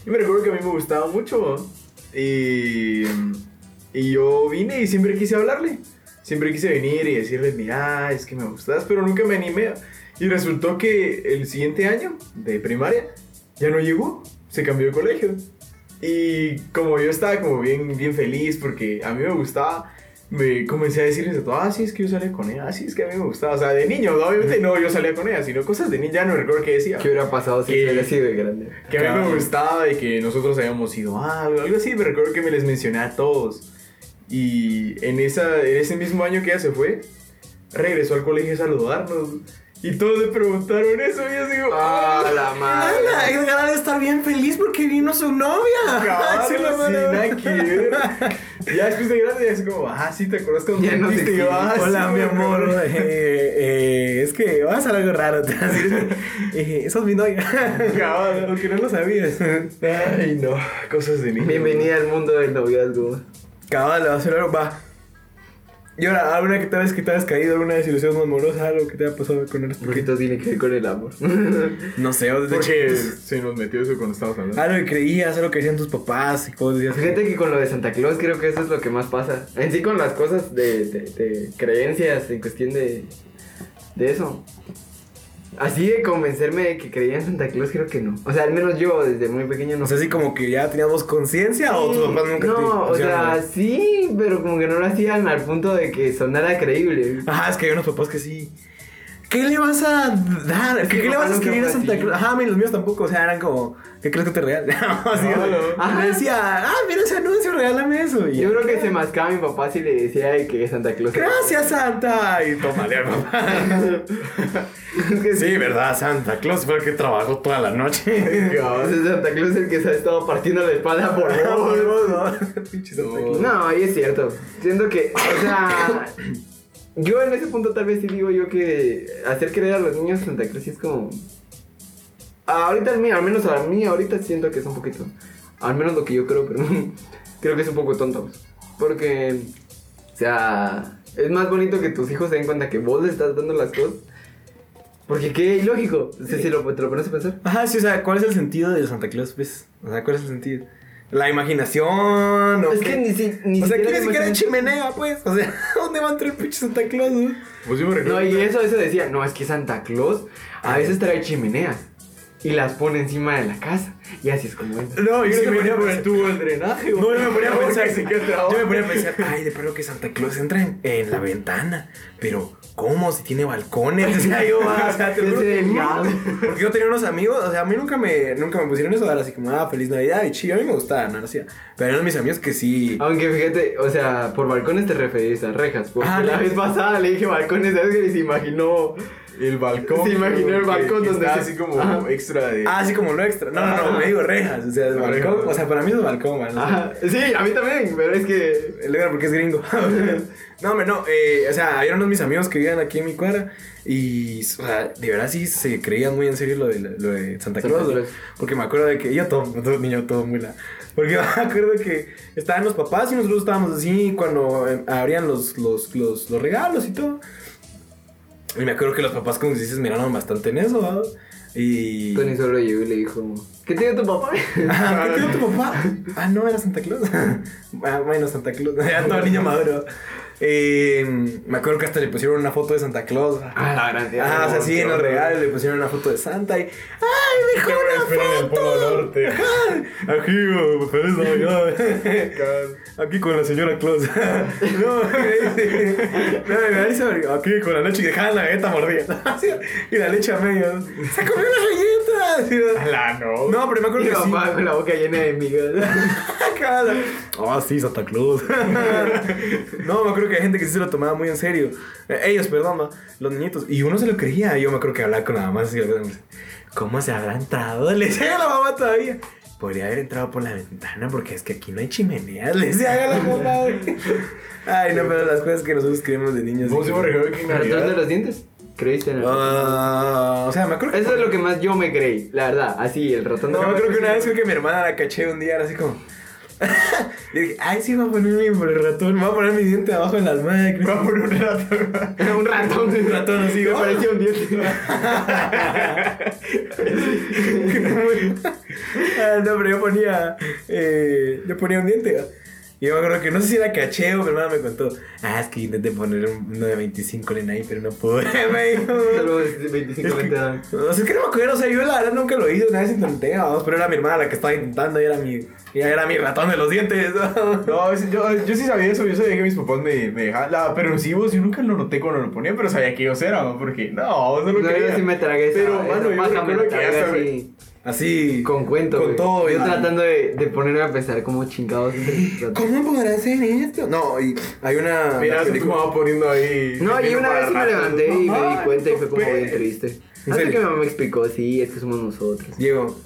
Speaker 2: Y me recuerdo que a mí me gustaba mucho. Y, y yo vine y siempre quise hablarle. Siempre quise venir y decirle, mira, es que me gustas, pero nunca me animé. Y resultó que el siguiente año de primaria ya no llegó, se cambió de colegio. Y como yo estaba como bien, bien feliz porque a mí me gustaba, me comencé a decirles a todos, ah, sí, es que yo salía con ella, ah, sí, es que a mí me gustaba. O sea, de niño, ¿no? obviamente no yo salía con ella, sino cosas de niño, ya no recuerdo qué decía.
Speaker 4: ¿Qué hubiera pasado si
Speaker 2: ¿Qué?
Speaker 4: hubiera sido de grande?
Speaker 2: Que a mí me
Speaker 3: Claro.
Speaker 2: gustaba y que nosotros habíamos ido a algo, algo así. Me recuerdo que me les mencioné a todos. Y en, esa, en ese mismo año que ella se fue, regresó al colegio a saludarnos. Y todos le preguntaron eso y yo digo,
Speaker 4: ¡Ah,
Speaker 2: ¡ah!
Speaker 4: la madre!
Speaker 3: Ana, Edgar debe estar bien feliz porque vino su novia. <laughs>
Speaker 2: cabal, <laughs>
Speaker 3: Sí, la
Speaker 2: sí,
Speaker 3: mano.
Speaker 2: nada que ver". Ya después de grande, ya es como, ah, sí, te acuerdas cuando
Speaker 4: Ya no
Speaker 2: me dijiste?"
Speaker 4: te
Speaker 2: Y yo, "Ah, sí,
Speaker 3: Hola, mi
Speaker 2: me <laughs>
Speaker 3: amor. <laughs>
Speaker 2: acuerdo".
Speaker 3: Eh, eh, es que vas a hacer algo raro. te vas a decir, eh, Esa es mi <laughs> novia.
Speaker 2: Cabal.
Speaker 3: Aunque no lo sabías.
Speaker 2: Ay, no, cosas de niño.
Speaker 4: Bienvenida al mundo del noviazgo.
Speaker 3: Cabal, le va a hacer algo. Va. Y ahora, alguna que te vez que te has caído, alguna desilusión amorosa, algo que te haya pasado con eres
Speaker 4: Porque
Speaker 3: pequeño.
Speaker 4: todo tiene que ver con
Speaker 2: <laughs>
Speaker 4: el amor.
Speaker 3: No sé, o desde
Speaker 2: Porque
Speaker 3: chiquitos.
Speaker 2: se nos metió eso cuando estábamos hablando.
Speaker 3: Algo que creías, algo que decían tus papás y cosas. y así.
Speaker 4: Fíjate que con lo de Santa Claus creo que eso es lo que más pasa. En sí con las cosas de, de- de creencias en cuestión de, de eso. Así de convencerme de que creía en Santa Claus creo que no. O sea, al menos yo desde muy pequeño no
Speaker 3: No sé si como que ya teníamos conciencia o tus papás nunca te
Speaker 4: No, o
Speaker 3: pusieron-
Speaker 4: sea, sí, pero como que no lo hacían al punto de que sonara creíble.
Speaker 3: Ajá, es que hay unos papás que sí. ¿Qué le vas a dar? ¿Qué,
Speaker 4: Sí,
Speaker 3: qué le
Speaker 4: papá,
Speaker 3: vas a
Speaker 4: nunca
Speaker 3: escribir a
Speaker 4: fue
Speaker 3: Santa
Speaker 4: así.
Speaker 3: Claus? Ajá, men, los míos tampoco. O sea, eran como, ¿qué crees que te <laughs> regale? Así,
Speaker 2: No, no.
Speaker 3: Ajá. Le decía, ah, mira ese anuncio, regálame eso. Y
Speaker 4: Yo creo que se mascaba mi papá si le decía de que Santa Claus. era-
Speaker 3: Gracias, Santa. Y tómale <laughs> al papá.
Speaker 4: <laughs> Es que sí.
Speaker 3: sí, ¿verdad? Santa Claus fue el que trabajó toda la
Speaker 4: <laughs>
Speaker 3: noche.
Speaker 4: O sea, Santa Claus es el que se ha estado partiendo la
Speaker 3: <laughs>
Speaker 4: espalda por vos.
Speaker 3: Pinche Santa
Speaker 2: No.
Speaker 3: Claus.
Speaker 4: No, ahí es cierto. Siento que,
Speaker 3: <coughs>
Speaker 4: o sea, yo en ese punto tal vez sí digo yo que hacer creer a los niños Santa Claus sí es como... Ahorita al mí, al menos a mí ahorita siento que es un poquito... Al menos lo que yo creo, pero <laughs> creo que es un poco tonto. pues. Porque, o sea, es más bonito que tus hijos se den cuenta que vos le estás dando las cosas. Porque qué ilógico, si, si lo, te lo pones a pensar.
Speaker 3: Ajá, sí, o sea, ¿cuál es el sentido de Santa Claus? Pues, o sea, ¿cuál es el sentido? ¿La imaginación? ¿O
Speaker 4: Es
Speaker 3: qué?
Speaker 4: que ni, si, ni
Speaker 3: o sea,
Speaker 4: siquiera
Speaker 3: ¿quién
Speaker 4: te
Speaker 3: ni siquiera
Speaker 4: imaginas-
Speaker 3: chimenea, pues? O sea, <laughs> ¿dónde va a entrar el pinche Santa Claus, no?
Speaker 2: Pues yo me recuerdo.
Speaker 4: No, y eso, eso decía, no, es que Santa Claus a veces trae chimeneas y las pone encima de la casa. Y así es como es.
Speaker 3: No,
Speaker 2: Y se
Speaker 3: me
Speaker 2: venía
Speaker 3: ponía
Speaker 2: por el tubo del drenaje.
Speaker 3: No, yo me ponía a pensar.
Speaker 2: Sí, qué trabajo.
Speaker 3: Yo me ponía a pensar, ay, de perro que Santa Claus entra en, en la ventana. Pero, ¿cómo? Si tiene balcones. O sea, yo, ah, o sea, te lo
Speaker 4: Es
Speaker 3: juro.
Speaker 4: delgado.
Speaker 3: Porque yo tenía unos amigos, o sea, a mí nunca me, nunca me pusieron eso, era así como, ah, feliz Navidad y chido, a mí me gustaba, no lo hacía. Pero eran mis amigos que sí.
Speaker 4: Aunque fíjate, o sea, por balcones te referís a rejas. Porque
Speaker 3: Ah,
Speaker 4: la
Speaker 3: rejas.
Speaker 4: vez pasada le dije balcones a Edgar y se imaginó
Speaker 2: El balcón.
Speaker 4: Se imaginó el
Speaker 2: que-
Speaker 4: balcón
Speaker 2: que
Speaker 4: donde
Speaker 2: está
Speaker 4: se-
Speaker 2: así como
Speaker 4: Ajá.
Speaker 2: extra de.
Speaker 3: Ah, así como lo extra. No, no, no, me digo rejas. O sea, el
Speaker 2: Rejas.
Speaker 3: balcón. O sea, para mí es un balcón, man.
Speaker 4: Ajá. Sí, a mí también, pero es que.
Speaker 3: El era porque es gringo. <laughs> no, hombre, no. eh, o sea, había unos de mis amigos que vivían aquí en mi cuadra y, o sea, de verdad sí se creían muy en serio lo de, lo de Santa
Speaker 4: Santa
Speaker 3: Claus. ¿no?
Speaker 4: Claus.
Speaker 3: Porque me acuerdo de que yo todo, todo niño, todo mula. Porque <laughs> me acuerdo que estaban los papás y nosotros estábamos así cuando eh, abrían los, los, los, los regalos y todo. Y me acuerdo que los papás, como dices, miraron bastante en eso, ¿no? Y...
Speaker 4: Tony solo llegó y le dijo: ¿Qué tiene tu papá?
Speaker 3: Ah, <laughs> ¿Qué quedó tu papá? Ah, no, era Santa Claus. <laughs> Ah, bueno, Santa Claus. <laughs> Era todo niño maduro. Eh, me acuerdo que hasta le pusieron una foto de Santa Claus.
Speaker 4: <laughs> Ah, la gran tía.
Speaker 3: Ah, o sea, sí, en los
Speaker 2: horror.
Speaker 3: regalos le pusieron una foto de Santa y. ¡Ay, dejó
Speaker 2: Espera, en el
Speaker 3: una
Speaker 2: Polo
Speaker 3: foto! <laughs>
Speaker 2: Norte.
Speaker 3: Aquí, oh, feliz Navidad. <laughs> Aquí con la señora Claus. <laughs> No, me dice. No, me dice, Aquí con la leche y dejaban la galleta mordida. <laughs> Y la leche a medio. ¡Se comió las galletas!
Speaker 2: La no.
Speaker 3: No, pero me
Speaker 4: Y
Speaker 3: acuerdo
Speaker 4: mi
Speaker 3: que sí.
Speaker 4: papá con la boca llena de migas.
Speaker 3: <laughs> Ah, sí, Santa Claus. <laughs> no, me acuerdo que hay gente que sí se lo tomaba muy en serio. Eh, ellos, perdón, ma, los niñitos. Y uno se lo creía. Yo me acuerdo que hablaba con la mamá. así, ¿Cómo se habrá entrado? Le decía a la mamá todavía. Podría haber entrado por la ventana porque es que aquí no hay chimeneas. Le decía a la mamá. Ay, no, pero las cosas que nosotros creemos de niños.
Speaker 2: Vos
Speaker 3: sí.
Speaker 2: yo me recuerdo que en
Speaker 4: ¿Cartón de
Speaker 2: Navidad.
Speaker 4: los dientes? ¿Creíste en el
Speaker 3: Ah, o sea, me acuerdo que
Speaker 4: Eso es lo que más yo me creí, la verdad. Así, el ratón de
Speaker 3: No,
Speaker 4: papá.
Speaker 3: creo que una vez creo que mi hermana la caché un día, era así como. <laughs> y dije, ay, sí, voy a poner mi por el ratón, me voy a poner mi diente abajo en las manos.
Speaker 2: Voy a poner un rato.
Speaker 4: Era <laughs> un ratón.
Speaker 3: Un ratón así,
Speaker 4: Me
Speaker 3: ¡oh!
Speaker 4: parecía un diente.
Speaker 3: <laughs> Ah, no, pero yo ponía. eh, yo ponía un diente. ¿no? Y yo me acuerdo que no sé si era cacheo, mi hermana me contó. Ah, es que intenté poner un- uno de 25 en ahí, pero no pude. <laughs> Me dijo.
Speaker 4: Solo
Speaker 3: Es
Speaker 4: 25
Speaker 3: que,
Speaker 4: ventanas.
Speaker 3: o sea, es que no me acuerdo, o sea, yo la verdad nunca lo hice, una vez intenté, vamos, pero era mi hermana la que estaba intentando y era mi, y era mi ratón de los dientes. ¿no?
Speaker 2: No, es- yo, yo sí sabía eso, yo sabía que mis papás me, me dejaban. La, pero sí, vos, yo nunca lo noté cuando lo ponía, pero sabía que ellos eran, ¿no? porque no, no lo
Speaker 4: No,
Speaker 2: creía.
Speaker 4: yo sí me tragué esa-
Speaker 2: Pero,
Speaker 4: esa
Speaker 2: mano, yo
Speaker 4: paja, me
Speaker 2: recuerdo que
Speaker 4: tragué
Speaker 2: hasta me-
Speaker 4: así.
Speaker 3: Así.
Speaker 4: Con cuento,
Speaker 3: Con Ah.
Speaker 4: güey.
Speaker 3: todo,
Speaker 4: Yo
Speaker 3: y-
Speaker 4: tratando de, de ponerme a pensar como chingados.
Speaker 3: ¿Cómo podrá ser esto? No, y hay una.
Speaker 2: Mira,
Speaker 3: una
Speaker 2: tú
Speaker 3: película-
Speaker 2: como va poniendo ahí.
Speaker 4: No, y
Speaker 2: veneno
Speaker 4: una
Speaker 2: para pues.
Speaker 4: vez sí me
Speaker 2: ratos.
Speaker 4: levanté y me di
Speaker 2: Mamá,
Speaker 4: cuenta y fue como
Speaker 2: topé.
Speaker 4: bien triste.
Speaker 3: ¿En
Speaker 4: Hasta
Speaker 3: serio?
Speaker 4: que mi mamá me explicó, sí, es que somos nosotros.
Speaker 3: Diego,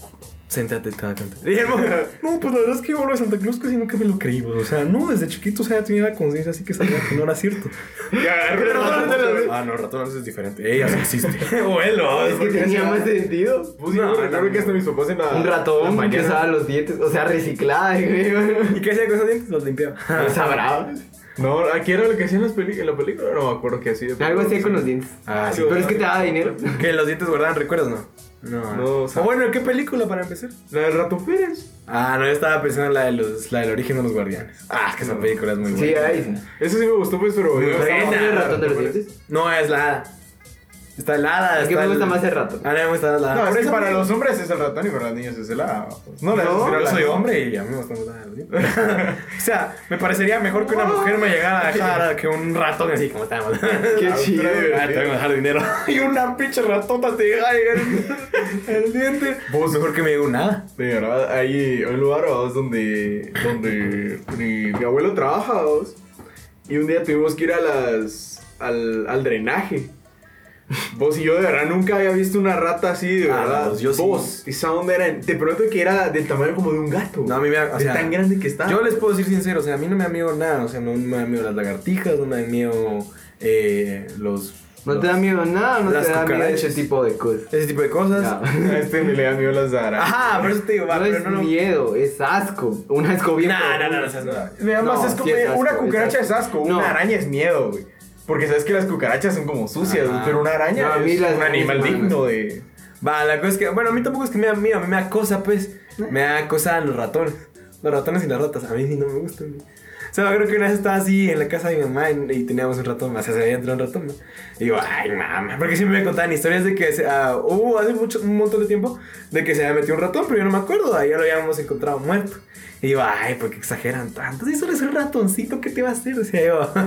Speaker 3: séntate, te voy a cantar. Y el mo- no, pues la verdad es que yo hablo de Santa Claus casi nunca me lo creí, vos. O sea, no, desde chiquito, o sea, ya tenía la conciencia así que sabía que no era cierto.
Speaker 2: Ya,
Speaker 4: <laughs>
Speaker 2: agarré el ratón de los-
Speaker 3: <laughs> ah, no, ratón es diferente. Ella sí existe. <laughs> Ah, Bueno,
Speaker 4: Es que tenía más sentido.
Speaker 2: Vos, yo
Speaker 3: No,
Speaker 2: me recuerdo
Speaker 3: no,
Speaker 2: que hasta
Speaker 3: no.
Speaker 2: mis papás en la.
Speaker 4: Un
Speaker 2: en
Speaker 4: ratón
Speaker 2: la
Speaker 4: que
Speaker 2: mañana.
Speaker 4: usaba los dientes, o sea, reciclada, <laughs>
Speaker 3: ¿Y
Speaker 4: güey.
Speaker 3: qué hacía con esos dientes? Los limpiaba.
Speaker 4: Sabrá.
Speaker 2: No, aquí era lo que hacían las peli- en la película, no me acuerdo que hacía.
Speaker 4: Algo así con los dientes.
Speaker 3: Ah, <laughs> sí.
Speaker 4: Pero es que te daba dinero.
Speaker 3: Que los dientes guardaban recuerdos, ¿no? No.
Speaker 2: No, o sea-
Speaker 3: Ah, bueno, ¿qué película para empezar?
Speaker 2: La de Rato Pérez.
Speaker 3: Ah, no, yo estaba pensando en la de los, la del origen de los guardianes. Ah, es que esa película es muy buena.
Speaker 4: Sí, ahí sí.
Speaker 2: Eso sí me gustó, pues, pero. yo
Speaker 3: buena.
Speaker 2: estaba-
Speaker 4: ¿Cómo el ratón de los
Speaker 2: Pérez.
Speaker 4: dientes?
Speaker 3: No, es la hada. Está el hada.
Speaker 4: Es que
Speaker 3: está
Speaker 4: me gusta
Speaker 3: el-
Speaker 4: más el ratón.
Speaker 3: Ah, no, me gusta más la hada.
Speaker 2: No, es
Speaker 3: Por
Speaker 2: que
Speaker 3: eso
Speaker 2: para
Speaker 3: me-
Speaker 2: los hombres es el ratón y para las niñas es el hada. pues. No, le haces
Speaker 3: No,
Speaker 2: tirar
Speaker 3: yo
Speaker 2: la-
Speaker 3: soy hombre y a mí me gusta más la
Speaker 2: <laughs>
Speaker 3: hada. o sea, me parecería mejor que una mujer me llegara
Speaker 2: <laughs>
Speaker 3: a dejar que un ratón así como estamos.
Speaker 4: Qué
Speaker 2: Ah,
Speaker 4: chido.
Speaker 2: otra vez.
Speaker 3: <laughs> Ah, te vengo a dejar dinero. y una pinche ratota te llega a llegar el, el diente.
Speaker 2: Vos-
Speaker 3: mejor que me llegue un hada.
Speaker 2: De verdad, hay un lugar ¿vos? donde, donde mi, mi abuelo trabaja ¿vos? y un día tuvimos que ir a las, al, al drenaje. Vos y yo de verdad nunca había visto una rata así, de
Speaker 3: Ah,
Speaker 2: verdad.
Speaker 3: pues yo sí.
Speaker 2: Vos, esa onda era, te prometo que era del tamaño como de un gato.
Speaker 3: No, a mí me da- o
Speaker 2: De
Speaker 3: sea,
Speaker 2: tan grande que está.
Speaker 3: Yo les puedo decir sincero, o sea, a mí no me da miedo nada, o sea, no me da miedo las lagartijas, no me da miedo eh, los...
Speaker 4: No te da miedo nada, no
Speaker 3: Las
Speaker 4: te da miedo
Speaker 3: cucarachas.
Speaker 4: ese tipo de cosas.
Speaker 3: Ese tipo de cosas.
Speaker 4: Ya.
Speaker 2: A <laughs> este ni le da miedo las arañas.
Speaker 3: Ajá, por eso te digo, va,
Speaker 4: no
Speaker 3: pero
Speaker 4: es
Speaker 3: no, no.
Speaker 4: miedo, es asco. Una asco bien.
Speaker 3: Nah, nah,
Speaker 4: profunda.
Speaker 3: nah, no seas nada.
Speaker 2: Me da más
Speaker 4: No,
Speaker 2: asco,
Speaker 4: sí es
Speaker 2: me-
Speaker 4: asco,
Speaker 2: Una cucaracha es asco,
Speaker 4: No.
Speaker 2: una araña es miedo, güey. Porque sabes que las cucarachas son como sucias,
Speaker 3: Ajá.
Speaker 2: pero una araña
Speaker 4: No, a mí
Speaker 2: es
Speaker 4: las
Speaker 2: un
Speaker 4: arañas
Speaker 2: animal
Speaker 4: no me
Speaker 2: digno de.
Speaker 3: Va, la cosa es que, bueno, a mí tampoco es que me da miedo, a mí me da cosa, pues. Me da cosa los ratones. Los ratones y las ratas, a mí sí no me gustan. güey. O sea, creo que una vez estaba así en la casa de mi mamá y y teníamos un ratón, o sea, se había entrado un ratón. ¿no? Y digo, ay, mamá, porque siempre me contaban historias de que se- ah, hubo hace mucho, un montón de tiempo de que se había metido un ratón, pero yo no me acuerdo, ahí ya lo habíamos encontrado muerto. Y digo, ay, porque exageran tanto, si solo es un ratoncito, ¿qué te va a hacer? O sea, yo. <laughs>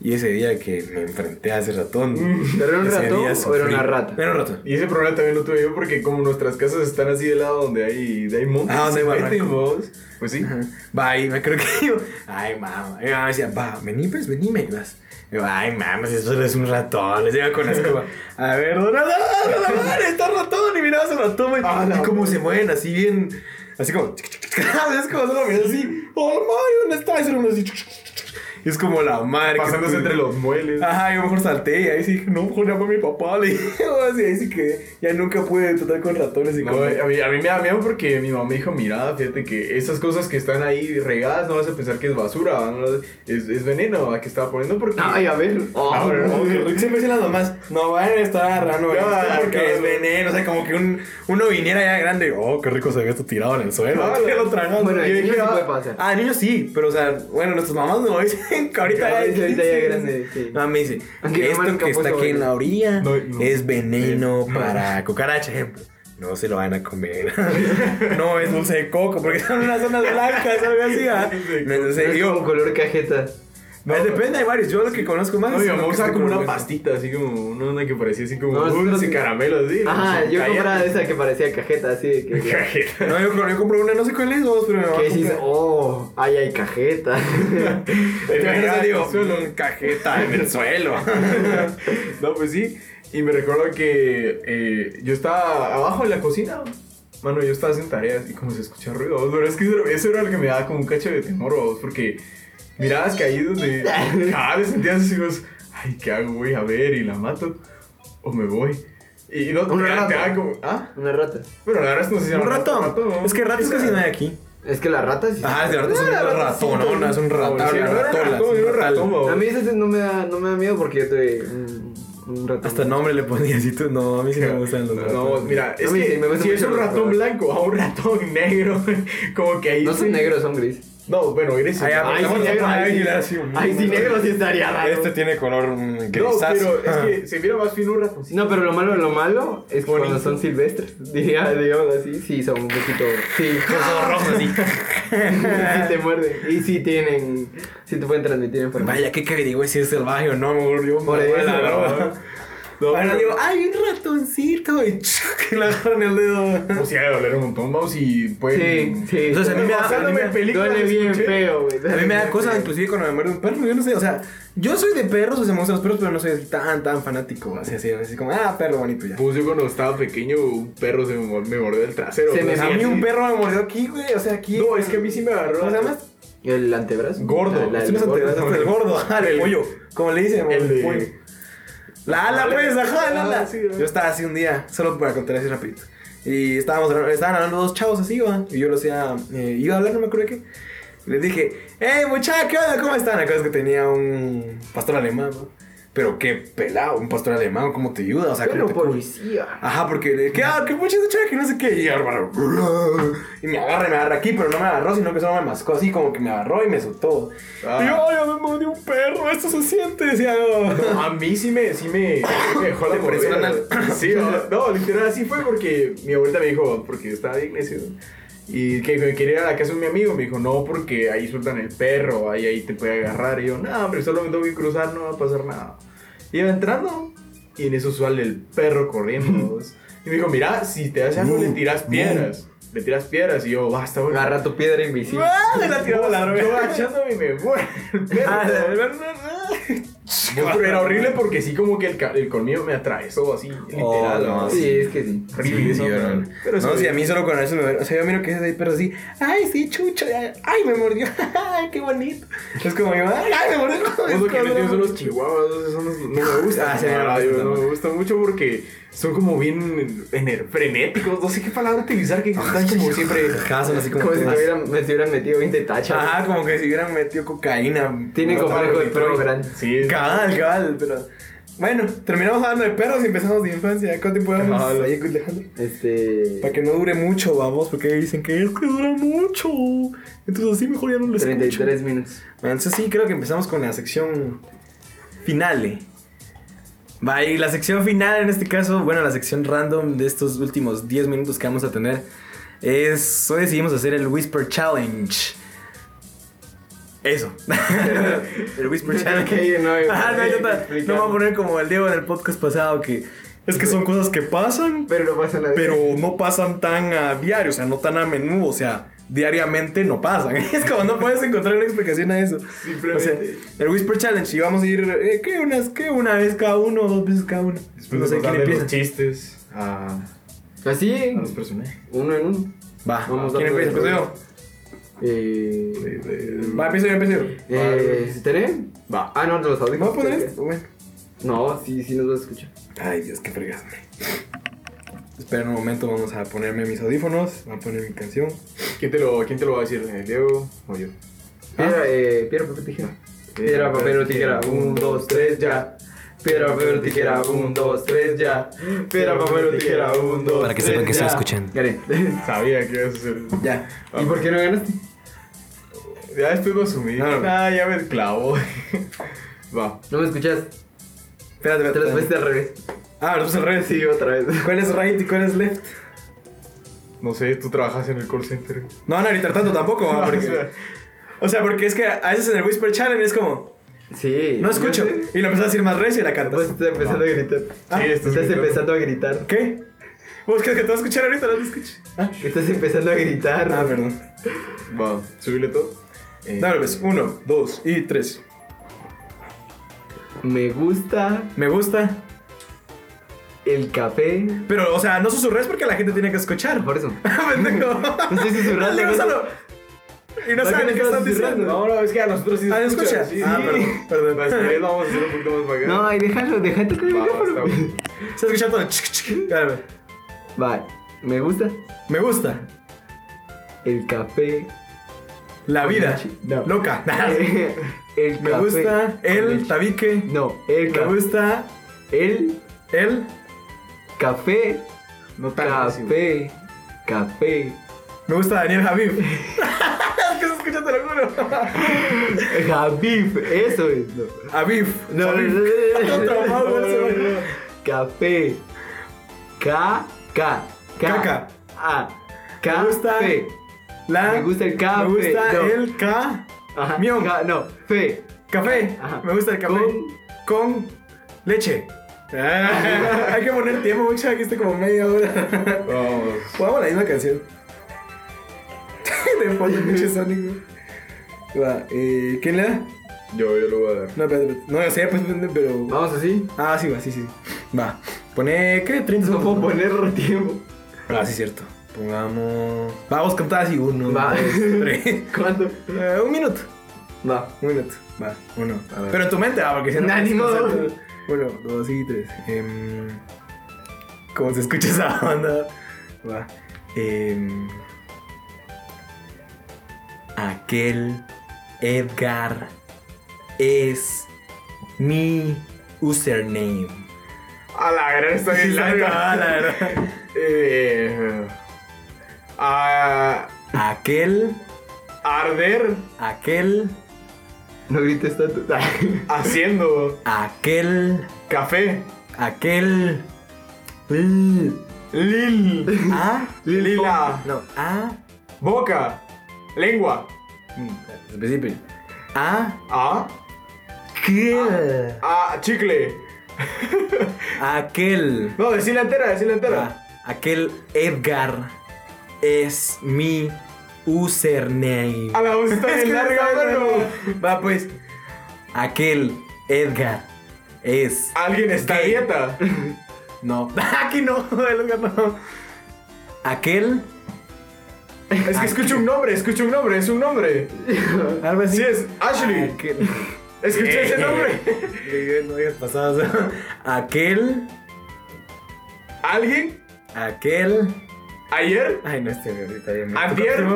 Speaker 3: Y ese día que me enfrenté a ese ratón.
Speaker 4: Mm, ¿pero era un
Speaker 3: ese día
Speaker 4: ratón o era una
Speaker 3: sufrí.
Speaker 4: rata?
Speaker 3: Era un ratón.
Speaker 2: Y ese problema también lo tuve yo porque como nuestras casas están así de lado donde hay, de hay montes,
Speaker 3: Ah, donde hay
Speaker 2: se meten,
Speaker 3: barranco.
Speaker 2: vos, pues sí.
Speaker 3: <laughs> Va, y me creo que yo, ay, mamá. Y mi mamá decía, va, vení, pues, venime. Y vas, Yo, ay, mames, eso solo es un ratón. Les iba con la escoba. A ver, Donovan, Donovan, está ratón. Y mirabas el ratón, güey.
Speaker 2: Ah,
Speaker 3: y
Speaker 2: la
Speaker 3: cómo
Speaker 2: madre.
Speaker 3: se mueven, así bien. Así como. <laughs> Es como solo miras así. Oh, Mario, ¿dónde está? Y solo uno así. Y es como la madre. que
Speaker 2: Pasándose
Speaker 3: se-
Speaker 2: entre los mueles.
Speaker 3: <laughs> Ajá, yo mejor salté y ahí sí dije, no, mejor llamo a mi papá, <laughs> le dije, así, ahí sí que ya nunca pude tratar con ratones y
Speaker 2: No,
Speaker 3: con...
Speaker 2: a, mí, a mí me da miedo porque mi mamá me dijo, mira, fíjate que esas cosas que están ahí regadas no vas a pensar que es basura, ¿va? No las- es, es veneno ¿va? que estaba poniendo porque...
Speaker 4: Ay, a ver.
Speaker 2: Ah,
Speaker 3: Ahora,
Speaker 2: bueno,
Speaker 3: no,
Speaker 2: ok.
Speaker 3: que siempre dicen las mamás, no vayan a estar agarrando
Speaker 2: Ya,
Speaker 3: esto
Speaker 2: claro.
Speaker 3: porque es veneno, o sea, como que un, uno viniera ya grande, oh, qué rico se ve esto tirado en el suelo,
Speaker 2: Ah,
Speaker 3: que lo tragamos.
Speaker 4: Bueno,
Speaker 3: Y
Speaker 4: el niño sí
Speaker 3: dije,
Speaker 4: puede
Speaker 3: ah,
Speaker 4: pasar.
Speaker 3: Ah, niños sí, pero o sea, bueno, nuestras mamás no <laughs> lo dicen, que ahorita
Speaker 4: Ahorita ya
Speaker 3: dicen.
Speaker 4: grande, sí.
Speaker 3: Mamá me dice,
Speaker 4: Aunque mi mamá
Speaker 3: esto
Speaker 4: nunca
Speaker 3: que está
Speaker 4: puso
Speaker 3: aquí en la orilla
Speaker 2: No, no.
Speaker 3: es veneno
Speaker 2: Sí.
Speaker 3: <laughs> para cucaracha, ejemplo. No se lo van a <laughs> comer. no es dulce de coco, porque son unas zonas blancas, algo así. ¿ah? No es dulce
Speaker 4: No
Speaker 3: de
Speaker 4: es como
Speaker 3: coco.
Speaker 4: color cajeta.
Speaker 3: No, depende, hay varios. Yo lo que conozco más
Speaker 2: No,
Speaker 3: es
Speaker 2: mi
Speaker 3: lo
Speaker 2: mamá
Speaker 3: que
Speaker 2: usaba
Speaker 3: está
Speaker 2: como una
Speaker 3: color-
Speaker 2: pastita, así como una onda que parecía así como
Speaker 4: No, es
Speaker 2: dulce
Speaker 4: una-
Speaker 2: caramelo, así.
Speaker 4: Ajá,
Speaker 2: Como
Speaker 4: yo
Speaker 2: calla-
Speaker 4: compraba esa que parecía cajeta, así de que. que
Speaker 2: Cajeta. <laughs>
Speaker 3: No, yo, yo compré una, no sé cuál es, dos, pero me va a
Speaker 4: decís,
Speaker 3: comprar.
Speaker 4: oh, ay, hay cajeta. <laughs>
Speaker 3: Te imaginas,
Speaker 2: Cajeta,
Speaker 3: digo,
Speaker 2: suelo.
Speaker 3: mm, cajeta en el suelo.
Speaker 2: <laughs> no, pues sí. Y me recuerdo que eh, yo estaba abajo en la cocina. Mano, yo estaba haciendo tareas y como se escucha ruido, vamos, pero es que eso era- eso era lo que me daba como un cacho de temor, vamos, porque mirabas que ahí <laughs> donde cada vez sentías así, vos, ay, ¿qué hago? Voy a ver y la mato o me voy. Y no te
Speaker 4: Una
Speaker 2: da- te
Speaker 4: rata.
Speaker 2: da como, ah,
Speaker 4: Una rata.
Speaker 2: bueno, la verdad es que no sé si se
Speaker 3: Un
Speaker 2: llama
Speaker 3: ratón.
Speaker 2: ¿no?
Speaker 3: Es que ratos casi no hay aquí.
Speaker 4: Es que las ratas. sí-
Speaker 3: Ajá, es de rato es
Speaker 2: Ah,
Speaker 3: una ratonona, es Ah, un ratón.
Speaker 2: Sí, era un ratón, era un ratón,
Speaker 4: A
Speaker 2: vamos.
Speaker 4: mí ese no me da, no me da miedo porque yo tuve un, un ratón.
Speaker 3: Hasta nombre le ponía así tú. No, a mí sí me gustan los ratones.
Speaker 2: No, mira, es
Speaker 4: A mí
Speaker 2: que
Speaker 4: sí, me gustan
Speaker 2: si es
Speaker 4: mucho
Speaker 2: un
Speaker 4: los
Speaker 2: ratón
Speaker 4: ratones.
Speaker 2: blanco a un ratón <laughs> negro, como que ahí.
Speaker 4: No son
Speaker 2: sí-
Speaker 4: negros, son gris.
Speaker 2: No, bueno, eres.
Speaker 3: Ay,
Speaker 2: Ay,
Speaker 3: ay,
Speaker 2: no,
Speaker 3: sí, negro,
Speaker 2: no,
Speaker 3: ay,
Speaker 2: sí.
Speaker 3: mira, sí, un-
Speaker 4: Ay, si negro sí estaría raro.
Speaker 3: Este tiene color mm,
Speaker 2: No,
Speaker 3: grisáceo.
Speaker 2: pero es que se mira más fino un ratoncito.
Speaker 4: No, pero lo malo, lo malo es que
Speaker 2: Bonito.
Speaker 4: cuando son silvestres, <laughs> diría, digamos así, sí, son un poquito.
Speaker 3: <laughs>
Speaker 4: Sí,
Speaker 3: Con todo rojo así.
Speaker 4: sí te muerden. Y sí tienen. Sí te pueden transmitir enfermedad.
Speaker 3: Vaya, qué cabrón, si es salvaje o no, mejor yo me
Speaker 4: Por
Speaker 3: voy a la
Speaker 4: eso,
Speaker 3: droga.
Speaker 2: No,
Speaker 3: Ahora
Speaker 2: pero-
Speaker 3: digo, ay, un ratoncito. Y <laughs> chuc, le agarran el dedo.
Speaker 2: O sea, debe doler un montón, vamos y pueden.
Speaker 4: Sí, sí.
Speaker 3: Entonces, a mí me da-
Speaker 2: Basándome
Speaker 3: a mí me-
Speaker 2: en películas,
Speaker 4: Duele bien
Speaker 2: escuché.
Speaker 4: feo, güey.
Speaker 3: A
Speaker 4: duele
Speaker 3: mí
Speaker 2: <laughs>
Speaker 3: me da
Speaker 4: bien
Speaker 3: cosa,
Speaker 4: feo.
Speaker 3: inclusive cuando me muerde un perro, yo no sé, o sea, yo soy de perros, o sea, me gustan los perros, pero no soy tan, tan fanático, así, así, así como, ah, perro bonito ya.
Speaker 2: Pues yo cuando estaba pequeño, un perro se me, mor- me mordió el trasero. pues
Speaker 4: Se
Speaker 2: o
Speaker 4: me
Speaker 2: sea,
Speaker 3: a mí
Speaker 2: sí.
Speaker 3: un perro me mordió aquí, güey, o sea, aquí.
Speaker 2: No, es que a mí sí me agarró.
Speaker 3: ¿Cómo se llama?
Speaker 4: El antebrazo.
Speaker 2: Gordo.
Speaker 4: La- la-
Speaker 3: Este
Speaker 4: el
Speaker 3: no es
Speaker 4: gordo.
Speaker 3: antebrazo, el gordo, ajá, el
Speaker 2: El-
Speaker 3: pollo, como le dicen,
Speaker 2: el
Speaker 3: el
Speaker 2: de-
Speaker 3: pollo. La ala,
Speaker 2: Ah,
Speaker 3: pues, ajá, la
Speaker 2: ah,
Speaker 3: ala.
Speaker 2: sí, ah.
Speaker 3: Yo estaba así un día, solo para contar así rapidito. Y estábamos, hablando- estaban hablando dos chavos así, ¿va? Y yo lo hacía, eh, iba a hablar, no me acuerdo de qué. Y Les dije, hey, muchacha, ¿qué onda? ¿Cómo están? Acuerdas que tenía un pastor alemán, ¿no? Pero qué pelado, un pastor alemán, ¿cómo te ayuda? O sea, ¿cómo
Speaker 4: Pero
Speaker 3: te
Speaker 4: policía.
Speaker 3: Ajá, porque le dije, ah, qué muchacho que no sé qué. Y, Álvaro, y me agarra, y me agarra aquí, pero no me agarró, sino que solo me mascó así, como que me agarró y me soltó.
Speaker 2: Ah.
Speaker 3: Y yo, ay, me mordí un perro, esto se siente, decía yo.
Speaker 2: No, a mí sí me, sí me, sí me dejó la
Speaker 3: Depresión
Speaker 2: morena.
Speaker 3: anal.
Speaker 2: <laughs> Sí, no, no, literal, así fue porque mi abuelita me dijo, porque yo estaba bien necio. Y que me quería ir a la casa de mi amigo, me dijo, no, porque ahí sueltan el perro, ahí, ahí te puede agarrar. Y yo, no, hombre, solo me tengo que cruzar, no va a pasar nada. Y iba entrando, y en eso sale el perro
Speaker 3: <laughs>
Speaker 2: corriendo. vos. y me dijo, mira, si te das algo,
Speaker 3: No,
Speaker 2: le tiras
Speaker 3: no.
Speaker 2: piedras. Le tiras piedras. Y yo, basta, güey. <laughs>
Speaker 4: Agarra tu piedra invisible.
Speaker 3: Ah, le la tiró a la
Speaker 2: Yo
Speaker 3: droga.
Speaker 2: agachándome y me muero el
Speaker 3: <laughs>
Speaker 2: perro.
Speaker 3: Ah, la-
Speaker 2: Pero era horrible porque sí como que el, ca- el colmillo me atravesó así, literal.
Speaker 3: Oh, no,
Speaker 2: ¿no?
Speaker 4: Sí,
Speaker 3: sí.
Speaker 4: es que sí.
Speaker 2: horrible.
Speaker 3: Sí,
Speaker 2: ¿no?
Speaker 3: yo no.
Speaker 2: Pero
Speaker 3: no,
Speaker 2: sí.
Speaker 3: sí, a mí solo con eso me O sea, yo miro que es ahí, pero así. Ay, sí, chucho. Ay, ay, me mordió. Ay, qué bonito. Es como yo, ay, ay, me mordió.
Speaker 2: Vos lo que no entiendo son los chihuahuas, esos no, no me gustan.
Speaker 3: Ah, sí,
Speaker 2: no,
Speaker 3: no,
Speaker 2: yo
Speaker 3: no.
Speaker 2: no me gustan mucho porque son como bien ener- frenéticos, no sé qué palabra utilizar,
Speaker 3: Ah,
Speaker 2: que están como siempre...
Speaker 3: <laughs> Ajá, son así como.
Speaker 4: Como si
Speaker 3: que-
Speaker 4: te hubieran, me hubieran metido 20 tachas.
Speaker 3: Ajá, como que si hubieran metido cocaína.
Speaker 4: Tiene
Speaker 3: No,
Speaker 4: complejo de
Speaker 3: no,
Speaker 4: perro
Speaker 3: no.
Speaker 4: grande.
Speaker 2: Sí,
Speaker 3: Cabal, cabal, pero. Bueno, terminamos hablando de perros y empezamos de infancia. ¿Cuánto tiempo vamos?
Speaker 4: Ah,
Speaker 2: Cabal.
Speaker 3: Ahí, Alejandro.
Speaker 4: Este.
Speaker 3: Para que no dure mucho, vamos, porque dicen que es que dura mucho. Entonces así mejor ya no lo escucho.
Speaker 4: 33 minutos.
Speaker 3: Bueno, entonces sí, creo que empezamos con la sección finale. Va, y la sección final en este caso, bueno, la sección random de estos últimos 10 minutos que vamos a tener es. Hoy decidimos hacer el Whisper Challenge. Eso. <laughs> el <laughs> Whisper Challenge.
Speaker 4: Ok, no hay-
Speaker 3: Ajá, no, hay
Speaker 4: hay
Speaker 3: <laughs>
Speaker 4: que
Speaker 3: otra- no me voy a poner como el Diego en el podcast pasado que. Es que son cosas que pasan,
Speaker 4: Pero no pasa nada.
Speaker 3: pero no pasan tan a diario, o sea, no tan a menudo, o sea, diariamente no pasan. <laughs> Es como no puedes encontrar una explicación a eso. O sea,
Speaker 2: Simplemente.
Speaker 3: el Whisper Challenge y vamos a ir, eh, ¿qué, unas, ¿qué? Una vez cada uno, dos veces cada uno.
Speaker 2: Después
Speaker 3: no sé
Speaker 2: de
Speaker 3: quién
Speaker 2: contarle los
Speaker 3: empieza.
Speaker 2: chistes a,
Speaker 4: Así,
Speaker 2: a los personajes.
Speaker 4: uno en uno.
Speaker 3: Va,
Speaker 4: Vamos
Speaker 3: ¿quién
Speaker 4: a
Speaker 3: empieza?
Speaker 4: todo.
Speaker 3: ¿Empiezo yo?
Speaker 4: Eh,
Speaker 3: Va, empiezo yo, empiezo yo.
Speaker 4: eh, ¿Tere?
Speaker 2: Va.
Speaker 4: Ah, no, te los
Speaker 3: ¿Me
Speaker 4: audífonos.
Speaker 3: voy a poner
Speaker 4: creo
Speaker 3: esto? Bueno.
Speaker 4: que- No, sí, sí nos vas a escuchar.
Speaker 3: Ay, Dios, qué fregas. Esperen un momento, vamos a ponerme mis audífonos, voy a poner mi canción.
Speaker 2: ¿Quién te lo, quién te lo va a decir? ¿El Diego o yo?
Speaker 4: Piedra, eh, piedra, papel, tijera. Piedra, papel o tijera, un, dos, tres, ya. Piedra, papel o tijera, un, dos, tres, ya. Piedra, papel o tijera, un, dos,
Speaker 5: Para que
Speaker 4: tres,
Speaker 5: sepan que estoy
Speaker 4: ya.
Speaker 5: escuchando.
Speaker 4: Gané. <laughs>
Speaker 2: Sabía que ibas a hacer eso.
Speaker 3: Ya.
Speaker 4: ¿Y por qué no ganaste?
Speaker 2: Ya después lo asumí.
Speaker 3: No, no.
Speaker 2: Ah, ya me clavo. <laughs> va.
Speaker 4: No me escuchas.
Speaker 3: Espérate,
Speaker 4: Te las
Speaker 3: espérate.
Speaker 4: pusiste al revés.
Speaker 3: Ah, me lo puse al revés.
Speaker 4: Sí, otra vez.
Speaker 3: ¿Cuál es right y cuál es left?
Speaker 2: No sé, tú trabajas en el call center.
Speaker 3: No, no, ni tratando tampoco, ah,
Speaker 2: O sea, <laughs>
Speaker 3: porque... O sea, porque es que a veces en el Whisper Challenge es como,
Speaker 4: Sí.
Speaker 3: no escucho. Y lo empezás a decir más recio y la cantas.
Speaker 4: Pues estás empezando a gritar.
Speaker 2: Ah,
Speaker 4: estás
Speaker 2: estás
Speaker 4: empezando a gritar.
Speaker 3: ¿Qué? ¿Vos crees que te vas a escuchar ahorita? No te escuché. Ah,
Speaker 4: Estás empezando a gritar.
Speaker 3: ah, perdón.
Speaker 2: Va, subile todo. Eh,
Speaker 3: Dale, pues, uno, dos y tres.
Speaker 4: Me gusta
Speaker 3: Me gusta.
Speaker 4: el café.
Speaker 3: Pero, o sea, no susurres porque la gente tiene que escuchar. <laughs>
Speaker 4: Por eso.
Speaker 3: Pendejo.
Speaker 4: No estoy susurrando.
Speaker 3: Pero solo- Y no
Speaker 4: ¿Por
Speaker 3: saben
Speaker 4: qué
Speaker 3: qué
Speaker 4: no
Speaker 3: están
Speaker 4: estás
Speaker 3: diciendo.
Speaker 4: susurrando?
Speaker 2: No, no, es que a nosotros sí
Speaker 3: Ah,
Speaker 2: se
Speaker 3: ¿no escucha?
Speaker 2: Sí,
Speaker 3: Ah,
Speaker 2: sí.
Speaker 3: perdón,
Speaker 2: <laughs>
Speaker 3: perdón.
Speaker 2: Va, espera, ahí lo vamos a hacer un poquito más bacán.
Speaker 4: No, ay, déjalo, déjate con el
Speaker 2: Va, va, está
Speaker 4: micrófono. <laughs>
Speaker 2: bueno.
Speaker 3: Se escucha todo. chic, chic. Dale,
Speaker 4: Vale. Me gusta
Speaker 3: Me gusta.
Speaker 4: el café.
Speaker 3: La vida.
Speaker 4: No. <laughs>
Speaker 3: Loca.
Speaker 4: El
Speaker 3: Ah, Me
Speaker 4: café
Speaker 3: gusta
Speaker 4: con
Speaker 3: el
Speaker 4: leche.
Speaker 3: tabique.
Speaker 4: No, el
Speaker 3: Me
Speaker 4: café.
Speaker 3: gusta
Speaker 4: El
Speaker 3: el
Speaker 4: café.
Speaker 2: No tan agresivo.
Speaker 4: Café. Café.
Speaker 3: Me gusta Daniel Javib. <laughs> es que se escucha, te lo juro.
Speaker 4: <laughs> Javif, eso es. No,
Speaker 3: Javib.
Speaker 4: no, no,
Speaker 3: Javib.
Speaker 4: no, no, no, no,
Speaker 3: Traumado,
Speaker 4: no,
Speaker 3: ese
Speaker 4: no,
Speaker 3: güey.
Speaker 4: no. Café. K. K. K.
Speaker 3: Caca.
Speaker 4: A.
Speaker 3: Me gusta
Speaker 4: Café.
Speaker 3: La,
Speaker 4: Me gusta el café.
Speaker 3: Me gusta
Speaker 4: No.
Speaker 3: el ca.
Speaker 4: Ajá,
Speaker 3: Mion.
Speaker 4: ca- No, fe.
Speaker 3: Café.
Speaker 4: Ajá.
Speaker 3: Me gusta el café. Con, leche. Ah, <laughs> hay que poner tiempo, mucha. Aquí está como media hora.
Speaker 4: <laughs>
Speaker 2: Vamos.
Speaker 3: Jugamos la misma canción. <laughs> De fondo, pinche Sonic. güey. Va, eh, ¿Quién le da?
Speaker 2: Yo, yo lo voy a dar.
Speaker 3: No, espérate, espérate. No, yo sé, pues, depende, pero.
Speaker 4: Vamos así.
Speaker 3: Ah, sí, va, sí, sí. sí. Va. Pone, ¿qué? 30
Speaker 4: No
Speaker 3: segundos.
Speaker 4: puedo poner tiempo.
Speaker 3: Ah, sí, cierto. Pongamos. Vamos contadas y uno.
Speaker 4: Va.
Speaker 3: dos, tres.
Speaker 4: <laughs> ¿Cuánto?
Speaker 3: Eh, un minuto.
Speaker 4: Va.
Speaker 3: Un minuto. Va, uno.
Speaker 2: A ver.
Speaker 3: Pero en tu mente, ah, porque si
Speaker 4: Nah, ni modo.
Speaker 3: Bueno, dos y tres. Em, ¿Cómo se escucha esa <laughs> banda? Va. Em, aquel Edgar es mi username.
Speaker 2: A la gran está bien
Speaker 3: Ah, la
Speaker 2: larga.
Speaker 3: verdad.
Speaker 2: <laughs> Eh, a
Speaker 3: Aquel,
Speaker 2: arder
Speaker 3: aquel,
Speaker 4: No grites tanto. <laughs>
Speaker 2: haciendo
Speaker 3: aquel,
Speaker 2: café.
Speaker 3: aquel. L-
Speaker 2: Lil.
Speaker 3: A.
Speaker 2: Lila.
Speaker 3: ah, No, ah, A.
Speaker 2: Boca. Lengua.
Speaker 3: mm, Al principio. A.
Speaker 2: A.
Speaker 3: Aquel.
Speaker 2: A. Chicle.
Speaker 3: Ah, Aquel.
Speaker 2: No, decí la entera, decí la entera.
Speaker 3: Aquel Edgar es mi username.
Speaker 2: A la voz <laughs> está
Speaker 3: Es que
Speaker 2: bien larga,
Speaker 3: está
Speaker 2: mano.
Speaker 3: bueno. Va pues. Aquel Edgar es.
Speaker 2: Alguien está a
Speaker 3: Gay.
Speaker 2: dieta.
Speaker 3: No. <laughs> Aquí no, el Edgar no. Aquel.
Speaker 2: Es que escucho un nombre, escucho un nombre, es un nombre.
Speaker 3: Algo así.
Speaker 2: Sí, es Ashley.
Speaker 3: Aquel. Eh,
Speaker 2: Escuché ese nombre.
Speaker 3: No digas pasadas. <laughs> Aquel.
Speaker 2: Alguien,
Speaker 3: Aquel.
Speaker 2: ayer,
Speaker 3: Ay, no estoy ahorita bien.
Speaker 2: Antier.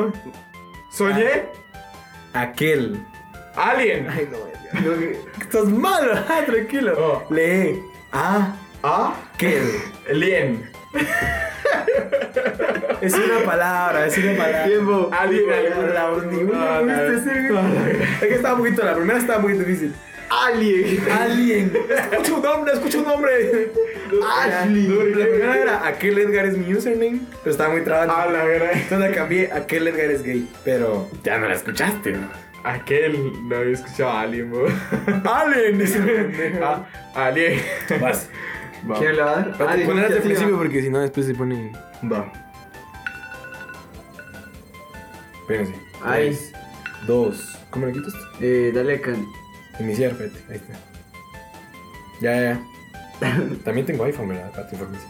Speaker 2: soñé,
Speaker 3: Aquel.
Speaker 2: Ah. alguien.
Speaker 3: Ay, no, <laughs> Estás malo, ah, tranquilo.
Speaker 2: Oh.
Speaker 3: Lee. A.
Speaker 2: A.
Speaker 3: Aquel.
Speaker 2: Lien.
Speaker 3: Es una palabra, es una palabra.
Speaker 4: Tiempo.
Speaker 2: Alguien, alguien.
Speaker 3: La
Speaker 2: Ah,
Speaker 3: hornigura,
Speaker 2: la-
Speaker 3: ¿viste? Este Sí. Es que estaba un poquito, la primera estaba muy difícil.
Speaker 4: Alien.
Speaker 3: Alien. Escucha un nombre, escucha un nombre.
Speaker 4: Ashley.
Speaker 3: La primera era aquel Edgar es mi username, pero estaba muy
Speaker 2: A
Speaker 3: trabado.
Speaker 2: Ah, la gran.
Speaker 3: Entonces la cambié a aquel Edgar es gay. Pero ya no la escuchaste. ¿no?
Speaker 2: Aquel no había escuchado a alguien, bro. <laughs>
Speaker 3: Alien, dice.
Speaker 2: Ah, Alien. <laughs>
Speaker 3: Vas.
Speaker 2: Va.
Speaker 4: ¿Quién le va a dar?
Speaker 3: Para
Speaker 4: Alien,
Speaker 3: poner
Speaker 4: sí,
Speaker 3: desde el
Speaker 4: así
Speaker 3: principio
Speaker 4: va.
Speaker 3: porque si no después se pone.
Speaker 2: Va.
Speaker 3: Espérense.
Speaker 4: Ahí.
Speaker 3: Tres, Dos. ¿Cómo le quitas?
Speaker 4: Eh, dale acá.
Speaker 3: Iniciar, espérate. Ahí está. Ya, ya,
Speaker 2: <laughs>
Speaker 3: ya. También tengo iPhone, ¿verdad? Para tu información.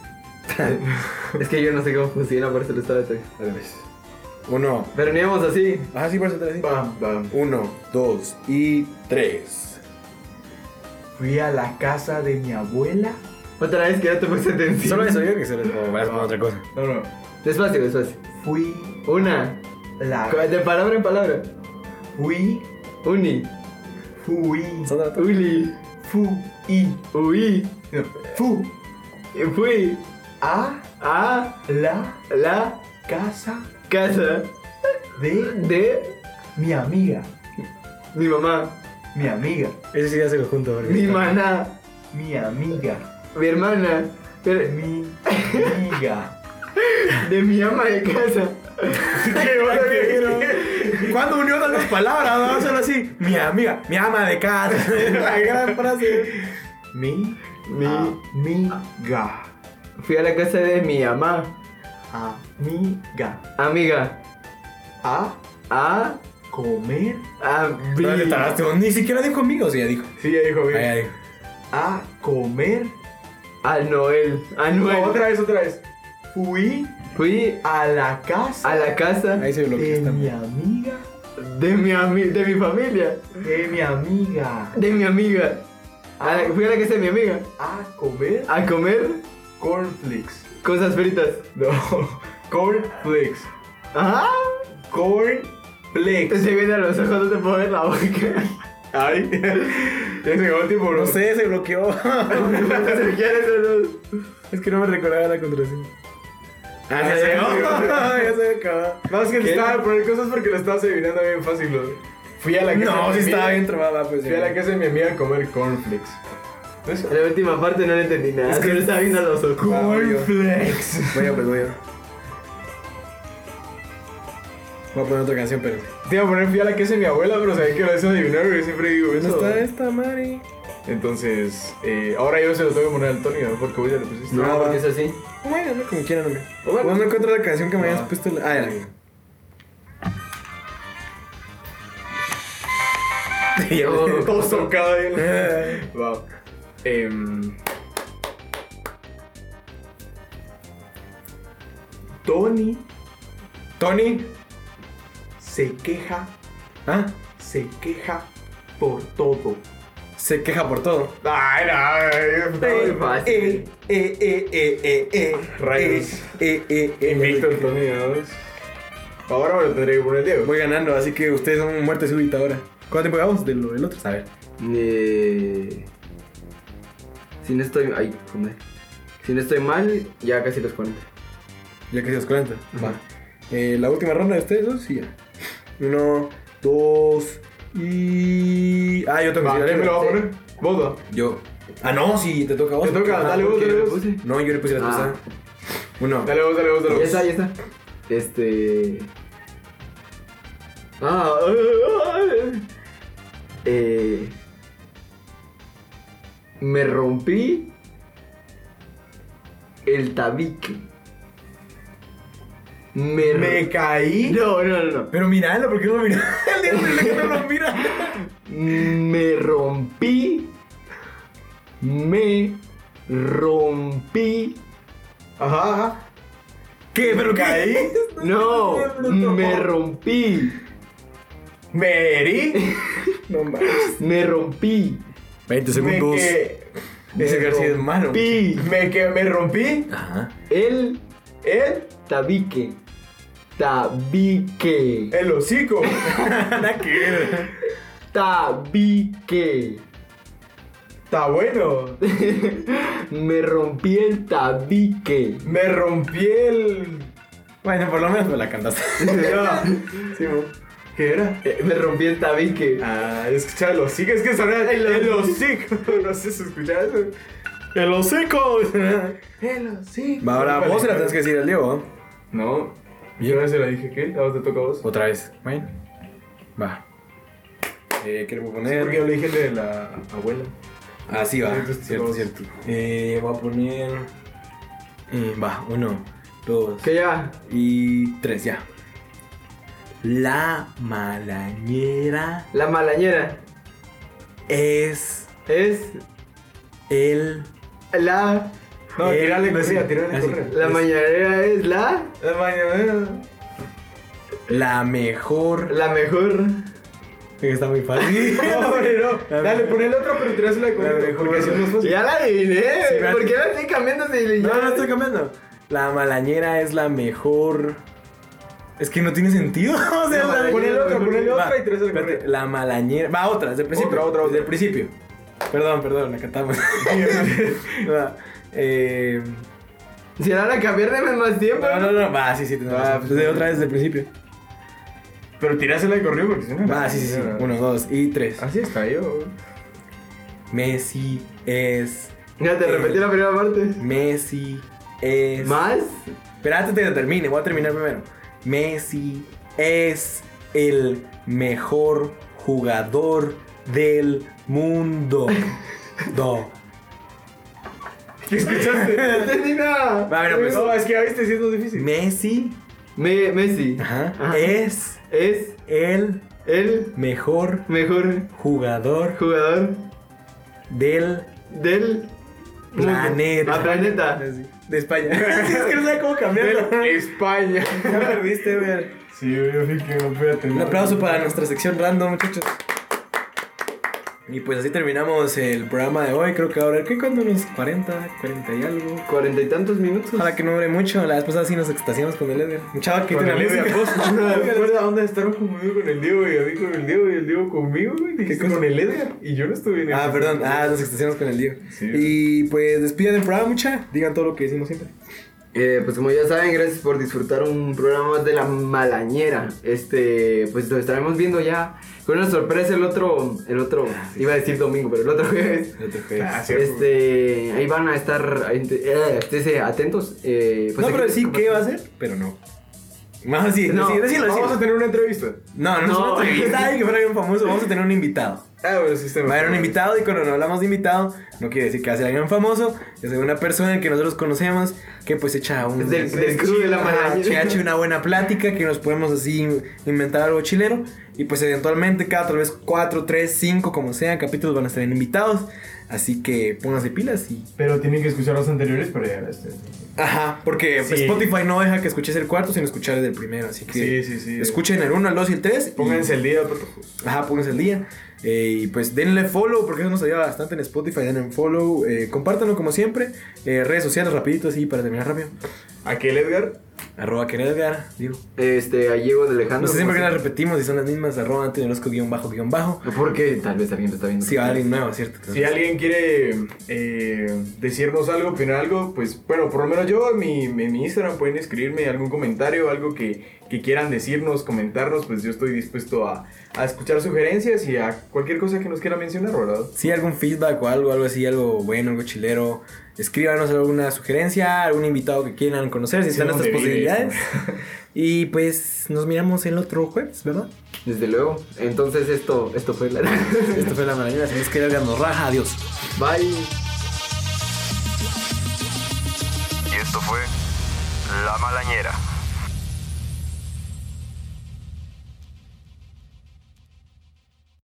Speaker 4: es que yo no sé cómo funciona, por eso lo estaba detallando.
Speaker 3: Al
Speaker 2: pues.
Speaker 3: revés. Uno.
Speaker 4: Pero ni vamos así.
Speaker 3: Ah, sí, por eso te lo digo.
Speaker 2: Bam, bam.
Speaker 3: Uno, dos y tres.
Speaker 2: Fui a la casa de mi abuela.
Speaker 4: Otra vez que no te puse atención.
Speaker 3: Solo eso, yo que se les vas a otra cosa.
Speaker 2: No, no.
Speaker 4: Despacio, despacio.
Speaker 2: Fui
Speaker 4: Una.
Speaker 2: la.
Speaker 4: De palabra en palabra.
Speaker 2: Fui.
Speaker 4: Uni.
Speaker 2: Fui.
Speaker 3: Solo-
Speaker 4: Uli.
Speaker 2: Fui.
Speaker 4: Ui.
Speaker 2: No, Fu.
Speaker 4: Fui.
Speaker 2: A
Speaker 4: A.
Speaker 2: la
Speaker 4: La.
Speaker 2: casa
Speaker 4: Casa.
Speaker 2: de
Speaker 4: De.
Speaker 2: mi amiga.
Speaker 4: Mi mamá.
Speaker 2: Mi amiga.
Speaker 3: Ese sí hace lo junto, ¿verdad?
Speaker 4: Mi maná.
Speaker 2: Mi amiga.
Speaker 4: Mi hermana. De,
Speaker 2: Mi
Speaker 3: <laughs>
Speaker 2: amiga.
Speaker 4: de mi ama
Speaker 2: <laughs>
Speaker 4: de casa.
Speaker 3: Cuando unió las dos palabras, no solo así, mi amiga, mi ama de
Speaker 2: <laughs>
Speaker 3: casa. La gran frase.
Speaker 2: Mi
Speaker 4: Mi-
Speaker 2: Ah. amiga.
Speaker 4: Fui a la casa de mi mamá.
Speaker 2: Amiga.
Speaker 4: Amiga.
Speaker 2: A
Speaker 4: A.
Speaker 2: comer.
Speaker 4: A. vi-
Speaker 3: No, te tardaste, ni siquiera dijo amigos, sí, ya dijo.
Speaker 2: Sí, ya dijo
Speaker 3: Ah, ya
Speaker 2: bien.
Speaker 3: dijo.
Speaker 2: A comer.
Speaker 4: A Noel. A Noel.
Speaker 2: No, otra vez, otra vez. Fui
Speaker 4: Fui
Speaker 2: a la casa
Speaker 4: a la casa
Speaker 3: Ahí se bloqueó
Speaker 2: de
Speaker 3: esta.
Speaker 2: mi amiga.
Speaker 4: de mi, ami- de mi familia.
Speaker 2: De mi amiga. Ah.
Speaker 4: De mi amiga. A la- fui a la casa de mi amiga.
Speaker 2: A comer
Speaker 4: A comer
Speaker 2: cornflakes.
Speaker 4: cosas fritas.
Speaker 2: No. <laughs> Cornflakes.
Speaker 4: Ajá. Te
Speaker 2: Cornflakes.
Speaker 4: se vienen a los ojos, no te puedo ver la boca. <laughs>
Speaker 2: Ay. Ya se acabó el tiempo, bro.
Speaker 3: No sé, se bloqueó.
Speaker 2: <laughs>
Speaker 4: Si quieres, no, no.
Speaker 3: es que no me recordaba la contraseña. Ah,
Speaker 2: ya
Speaker 3: <laughs> ya
Speaker 2: se
Speaker 3: se acabó.
Speaker 2: acabó.
Speaker 3: Ya se acabó.
Speaker 2: No, es que te
Speaker 4: ¿Qué?
Speaker 2: estaba por poner cosas porque lo estabas adivinando bien fácil, bro. Fui a la casa
Speaker 3: No,
Speaker 2: de
Speaker 3: sí
Speaker 2: mi
Speaker 3: estaba
Speaker 2: amiga-
Speaker 3: bien trabada, pues.
Speaker 2: Fui a la casa de mi amiga a comer cornflakes. ¿No es?
Speaker 4: La última parte no la entendí nada. Es que no estaba viendo a los ojos. Ah,
Speaker 2: Cornflakes.
Speaker 3: Voy a, pues voy a. Voy a poner otra canción, pero.
Speaker 2: Te iba a poner fui a la casa de mi abuela, pero sabía que lo vas a adivinar, yo siempre digo
Speaker 3: ¿Dónde
Speaker 2: eso.
Speaker 3: está esta, Mari?
Speaker 2: Entonces, eh, ahora yo se lo tengo que poner al Tony, ¿no? porque vos ya le pusiste.
Speaker 4: No, porque es así.
Speaker 3: Bueno, no, como quieran, hombre.
Speaker 4: Bueno.
Speaker 3: Vos no encuentro la canción que me
Speaker 2: Ah.
Speaker 3: hayas puesto. la- Ah, ya la vi. Sí,
Speaker 2: <laughs>
Speaker 3: ya
Speaker 4: Oh.
Speaker 3: vi.
Speaker 2: Todo socado ahí.
Speaker 3: Eh.
Speaker 2: Wow. Em, Tony
Speaker 3: Tony.
Speaker 2: se queja,
Speaker 3: ¿Ah?
Speaker 2: se queja por todo.
Speaker 3: Se queja por todo.
Speaker 2: Ay, no,
Speaker 4: Muy
Speaker 2: eh,
Speaker 4: fácil.
Speaker 3: Eh, eh, eh, eh, eh, eh.
Speaker 2: Rayos.
Speaker 3: Eh, eh, eh,
Speaker 2: Invicto
Speaker 3: eh.
Speaker 2: el Tony, ¿no? Ahora me lo tendré que poner el Diego.
Speaker 3: Voy ganando, así que ustedes son muerte súbita ahora. ¿Cuánto tiempo llevamos del, del otro? A ver.
Speaker 4: Eh, si no estoy. Ay, joder. Si no estoy mal, ya casi los 40.
Speaker 3: Ya que se os cuenta. Va. Eh, la última ronda de ustedes dos y ya. Uno, dos y. Ah, yo tengo
Speaker 2: Va,
Speaker 3: que
Speaker 2: ¿Quién me lo va a
Speaker 4: sí.
Speaker 2: poner? Vos, ¿no?
Speaker 3: Yo. Ah, no, sí, te toca a vos.
Speaker 2: Te toca,
Speaker 3: Ah,
Speaker 2: dale vos,
Speaker 3: porque-
Speaker 2: dale
Speaker 4: ¿Qué le
Speaker 2: vos.
Speaker 4: puse?
Speaker 3: No, yo le puse la
Speaker 4: Ah.
Speaker 3: tercera. Uno.
Speaker 2: Dale vos, dale vos, dale
Speaker 4: Ya
Speaker 2: vos.
Speaker 4: está, ya está. Este. Ah, ah, eh, me rompí el tabique. Me,
Speaker 2: Me caí.
Speaker 4: No, no, no, no.
Speaker 3: Pero miralo, ¿por qué no lo miras? <laughs> El día que no lo mira.
Speaker 4: Me rompí. Me rompí.
Speaker 2: Ajá, ajá.
Speaker 3: ¿Qué? ¿Pero
Speaker 2: ¿Caí?
Speaker 3: qué?
Speaker 2: <laughs>
Speaker 4: No, me
Speaker 3: rompí.
Speaker 4: rompí.
Speaker 2: ¿Me herí?
Speaker 3: No mames.
Speaker 4: Me rompí.
Speaker 3: 20
Speaker 2: Me,
Speaker 3: segundos.
Speaker 2: que-
Speaker 3: Ese García es malo.
Speaker 4: Pi.
Speaker 2: me, que- me rompí
Speaker 3: Ajá.
Speaker 4: El
Speaker 2: el,
Speaker 4: tabique. Tabique.
Speaker 2: el hocico.
Speaker 3: Nada que ver.
Speaker 4: Tabique.
Speaker 2: Está bueno.
Speaker 4: Me rompí el tabique.
Speaker 2: Me rompí el.
Speaker 3: Bueno, por lo menos me la cantaste.
Speaker 2: Ya. ¿Qué era?
Speaker 4: Eh, Me rompí el tabique.
Speaker 2: Ah, yo escuchaba el hocico. Es que sonaba el, el hocico. <laughs> No sé si escuchaba eso.
Speaker 3: ¡El hocico!
Speaker 2: El hocico.
Speaker 3: Va, ahora vos se la tenés que decir al Diego. ¿eh? ¿no?
Speaker 2: No. Yo ya se la dije, ¿qué? Ahora te toca a vos.
Speaker 3: Otra vez. Bueno. Va. Eh, ¿Qué le voy a poner?
Speaker 2: Porque yo le dije el de la abuela.
Speaker 3: Ah, sí, va.
Speaker 2: Entonces,
Speaker 3: Cierto,
Speaker 2: dos.
Speaker 3: cierto. Eh, voy a poner. eh, va, uno, dos
Speaker 4: Que ya.
Speaker 3: y tres, ya. La malañera
Speaker 4: La malañera
Speaker 3: es
Speaker 4: es
Speaker 3: el...
Speaker 4: la.
Speaker 2: No,
Speaker 3: el-
Speaker 2: tirarle
Speaker 3: no, sí,
Speaker 2: correa, tirarle
Speaker 3: Eh, así.
Speaker 2: correa.
Speaker 4: La mañanera es la.
Speaker 2: La mañana.
Speaker 3: La mejor...
Speaker 4: La mejor.
Speaker 3: Está muy fácil.
Speaker 2: No, hombre, no. Dale, pon el otro, pero tirásela de
Speaker 3: La
Speaker 2: correa.
Speaker 3: mejor.
Speaker 2: Porque así es más fácil.
Speaker 4: Ya la adiviné.
Speaker 3: Sí, espérate.
Speaker 4: ¿Por qué la estoy cambiando si
Speaker 3: No,
Speaker 4: ya-
Speaker 3: no estoy cambiando. La malañera es la mejor. Es que no tiene sentido. <laughs> O sea,
Speaker 4: No,
Speaker 3: la...
Speaker 2: Ponele otra, ponele
Speaker 3: Va,
Speaker 2: otra y tres al
Speaker 3: espérate,
Speaker 2: correo.
Speaker 3: La malañera. Va, otra, desde el principio.
Speaker 2: Otra, otra, otra.
Speaker 3: Desde el principio. Perdón, perdón, la cantamos. Va, eh,
Speaker 4: Si la van a cambiar, denme más tiempo.
Speaker 3: No, no, no. Va, sí, sí, tenés
Speaker 2: Va,
Speaker 3: razón.
Speaker 2: pues,
Speaker 3: Desde otra vez desde el principio.
Speaker 2: Pero tirásela de correo porque si no.
Speaker 3: Va, sí, sí, sí. Uno, dos y tres.
Speaker 2: Así está yo.
Speaker 3: Messi es.
Speaker 4: Ya te repetí la primera parte.
Speaker 3: Messi es.
Speaker 4: ¿Más?
Speaker 3: <laughs> Espérate que termine, voy a terminar primero. Messi es el mejor jugador del
Speaker 2: <laughs>
Speaker 3: mundo. Do.
Speaker 2: ¿Qué escuchaste?
Speaker 4: No
Speaker 3: <laughs>
Speaker 4: entendí nada.
Speaker 3: Va, mira, pues.
Speaker 2: No, es que a veces sí es más difícil.
Speaker 3: Messi
Speaker 4: Me- Messi
Speaker 3: ajá,
Speaker 4: Ajá.
Speaker 3: es
Speaker 4: es
Speaker 3: el
Speaker 4: el
Speaker 3: mejor
Speaker 4: mejor
Speaker 3: jugador
Speaker 4: jugador
Speaker 3: del
Speaker 4: del mundo.
Speaker 3: planeta.
Speaker 4: Ah, planeta.
Speaker 3: De España. <laughs> es que no sé cómo cambiarlo. <laughs>
Speaker 2: España.
Speaker 3: Ya perdiste, güey.
Speaker 2: Sí, yo vi que no podía
Speaker 3: Un aplauso para nuestra sección random, muchachos. Y pues así terminamos el programa de hoy. Creo que ahora, ¿qué? cuando Unos 40, 40 y algo.
Speaker 4: Cuarenta y tantos minutos.
Speaker 3: Ojalá que no dure mucho. La vez pasada sí nos extasiamos con el Edgar. Un chavo que
Speaker 2: Con
Speaker 3: tiene
Speaker 2: el Edgar,
Speaker 3: música.
Speaker 2: vos, <laughs> recuerda onda estaban conmigo con el Diego y a mí con el Diego y el Diego conmigo y dijiste
Speaker 3: cosa?
Speaker 2: con el Edgar y yo no estuve en el
Speaker 3: Ah, perdón. Ah, nos extasiamos con el Diego.
Speaker 2: Sí.
Speaker 3: y pues despidan el programa, mucha. Digan todo lo que decimos siempre.
Speaker 4: Eh, pues como ya saben, gracias por disfrutar un programa más de la malañera. Este, pues lo estaremos viendo ya con una sorpresa el otro, el otro, iba a decir domingo, pero el otro jueves.
Speaker 2: Ah, cierto.
Speaker 4: Este, ahí van a estar, ahí te- eh, estése atentos. eh, pues
Speaker 3: no,
Speaker 4: aquí
Speaker 3: pero
Speaker 4: les
Speaker 3: sí, ¿qué va a
Speaker 4: compartimos.
Speaker 3: hacer? Pero no. Vamos a decir,
Speaker 4: No,
Speaker 3: decir, decirlo,
Speaker 2: Vamos a
Speaker 3: decirlo.
Speaker 2: tener una entrevista.
Speaker 3: No, no, no es una
Speaker 4: No.
Speaker 3: entrevista, ay, que fuera bien famoso. Vamos a tener un invitado.
Speaker 2: Ah, bueno, sí, está
Speaker 3: Va a haber un
Speaker 2: bien.
Speaker 3: invitado y cuando no hablamos de invitado, no quiere decir que hace alguien famoso, es una persona que nosotros conocemos que pues echa un...
Speaker 4: Del, del club de la
Speaker 3: Ajá, que
Speaker 4: malañera.
Speaker 3: eche una buena plática, que nos podemos así inventar algo chileno y pues eventualmente cada tal vez 4, 3, 5, como sea, capítulos van a estar invitados, así que pónganse pilas y...
Speaker 2: Pero tienen que escuchar los anteriores para llegar a este.
Speaker 3: Ajá, porque pues,
Speaker 2: Sí.
Speaker 3: Spotify no deja que escuches el cuarto sino escuchar el del primero, así que...
Speaker 2: Sí, sí, sí.
Speaker 3: Escuchen el 1, el 2 y el 3.
Speaker 2: Pónganse el día, pato.
Speaker 3: Ajá, pónganse el día. Eh, y pues denle follow, porque eso nos ayuda bastante en Spotify. Denle follow, eh, compártanlo como siempre. Eh, redes sociales, rapidito, así para terminar rápido.
Speaker 2: Aquel Edgar.
Speaker 3: Arroba que Edgar, digo.
Speaker 4: Este, ahí llego de Alejandro.
Speaker 3: No sé siempre que
Speaker 4: como
Speaker 3: las repetimos y son las mismas. Arroba Antonio Orozco, guión bajo, guión bajo.
Speaker 4: siempre. Porque tal vez alguien lo está viendo.
Speaker 3: Si va alguien nuevo, ¿cierto? Entonces,
Speaker 2: Si alguien quiere eh, decirnos algo, opinar algo, pues bueno, por lo menos yo en mi, en mi Instagram pueden escribirme algún comentario, algo que, que quieran decirnos, comentarnos, pues yo estoy dispuesto a, a escuchar sugerencias y a cualquier cosa que nos quiera mencionar, ¿verdad?
Speaker 3: Si hay algún feedback o algo, algo así, algo bueno, algo chilero, escríbanos alguna sugerencia, algún invitado que quieran conocer, si
Speaker 2: Sí,
Speaker 3: están
Speaker 2: ¿dónde vives?
Speaker 3: nuestras posibilidades. Y pues nos miramos el otro jueves, ¿verdad?
Speaker 4: Desde luego. Entonces esto, esto fue la. <laughs>
Speaker 3: Esto fue la mañana, si nos que Edgar nos raja, adiós.
Speaker 4: Bye.
Speaker 1: Y esto fue La Malañera.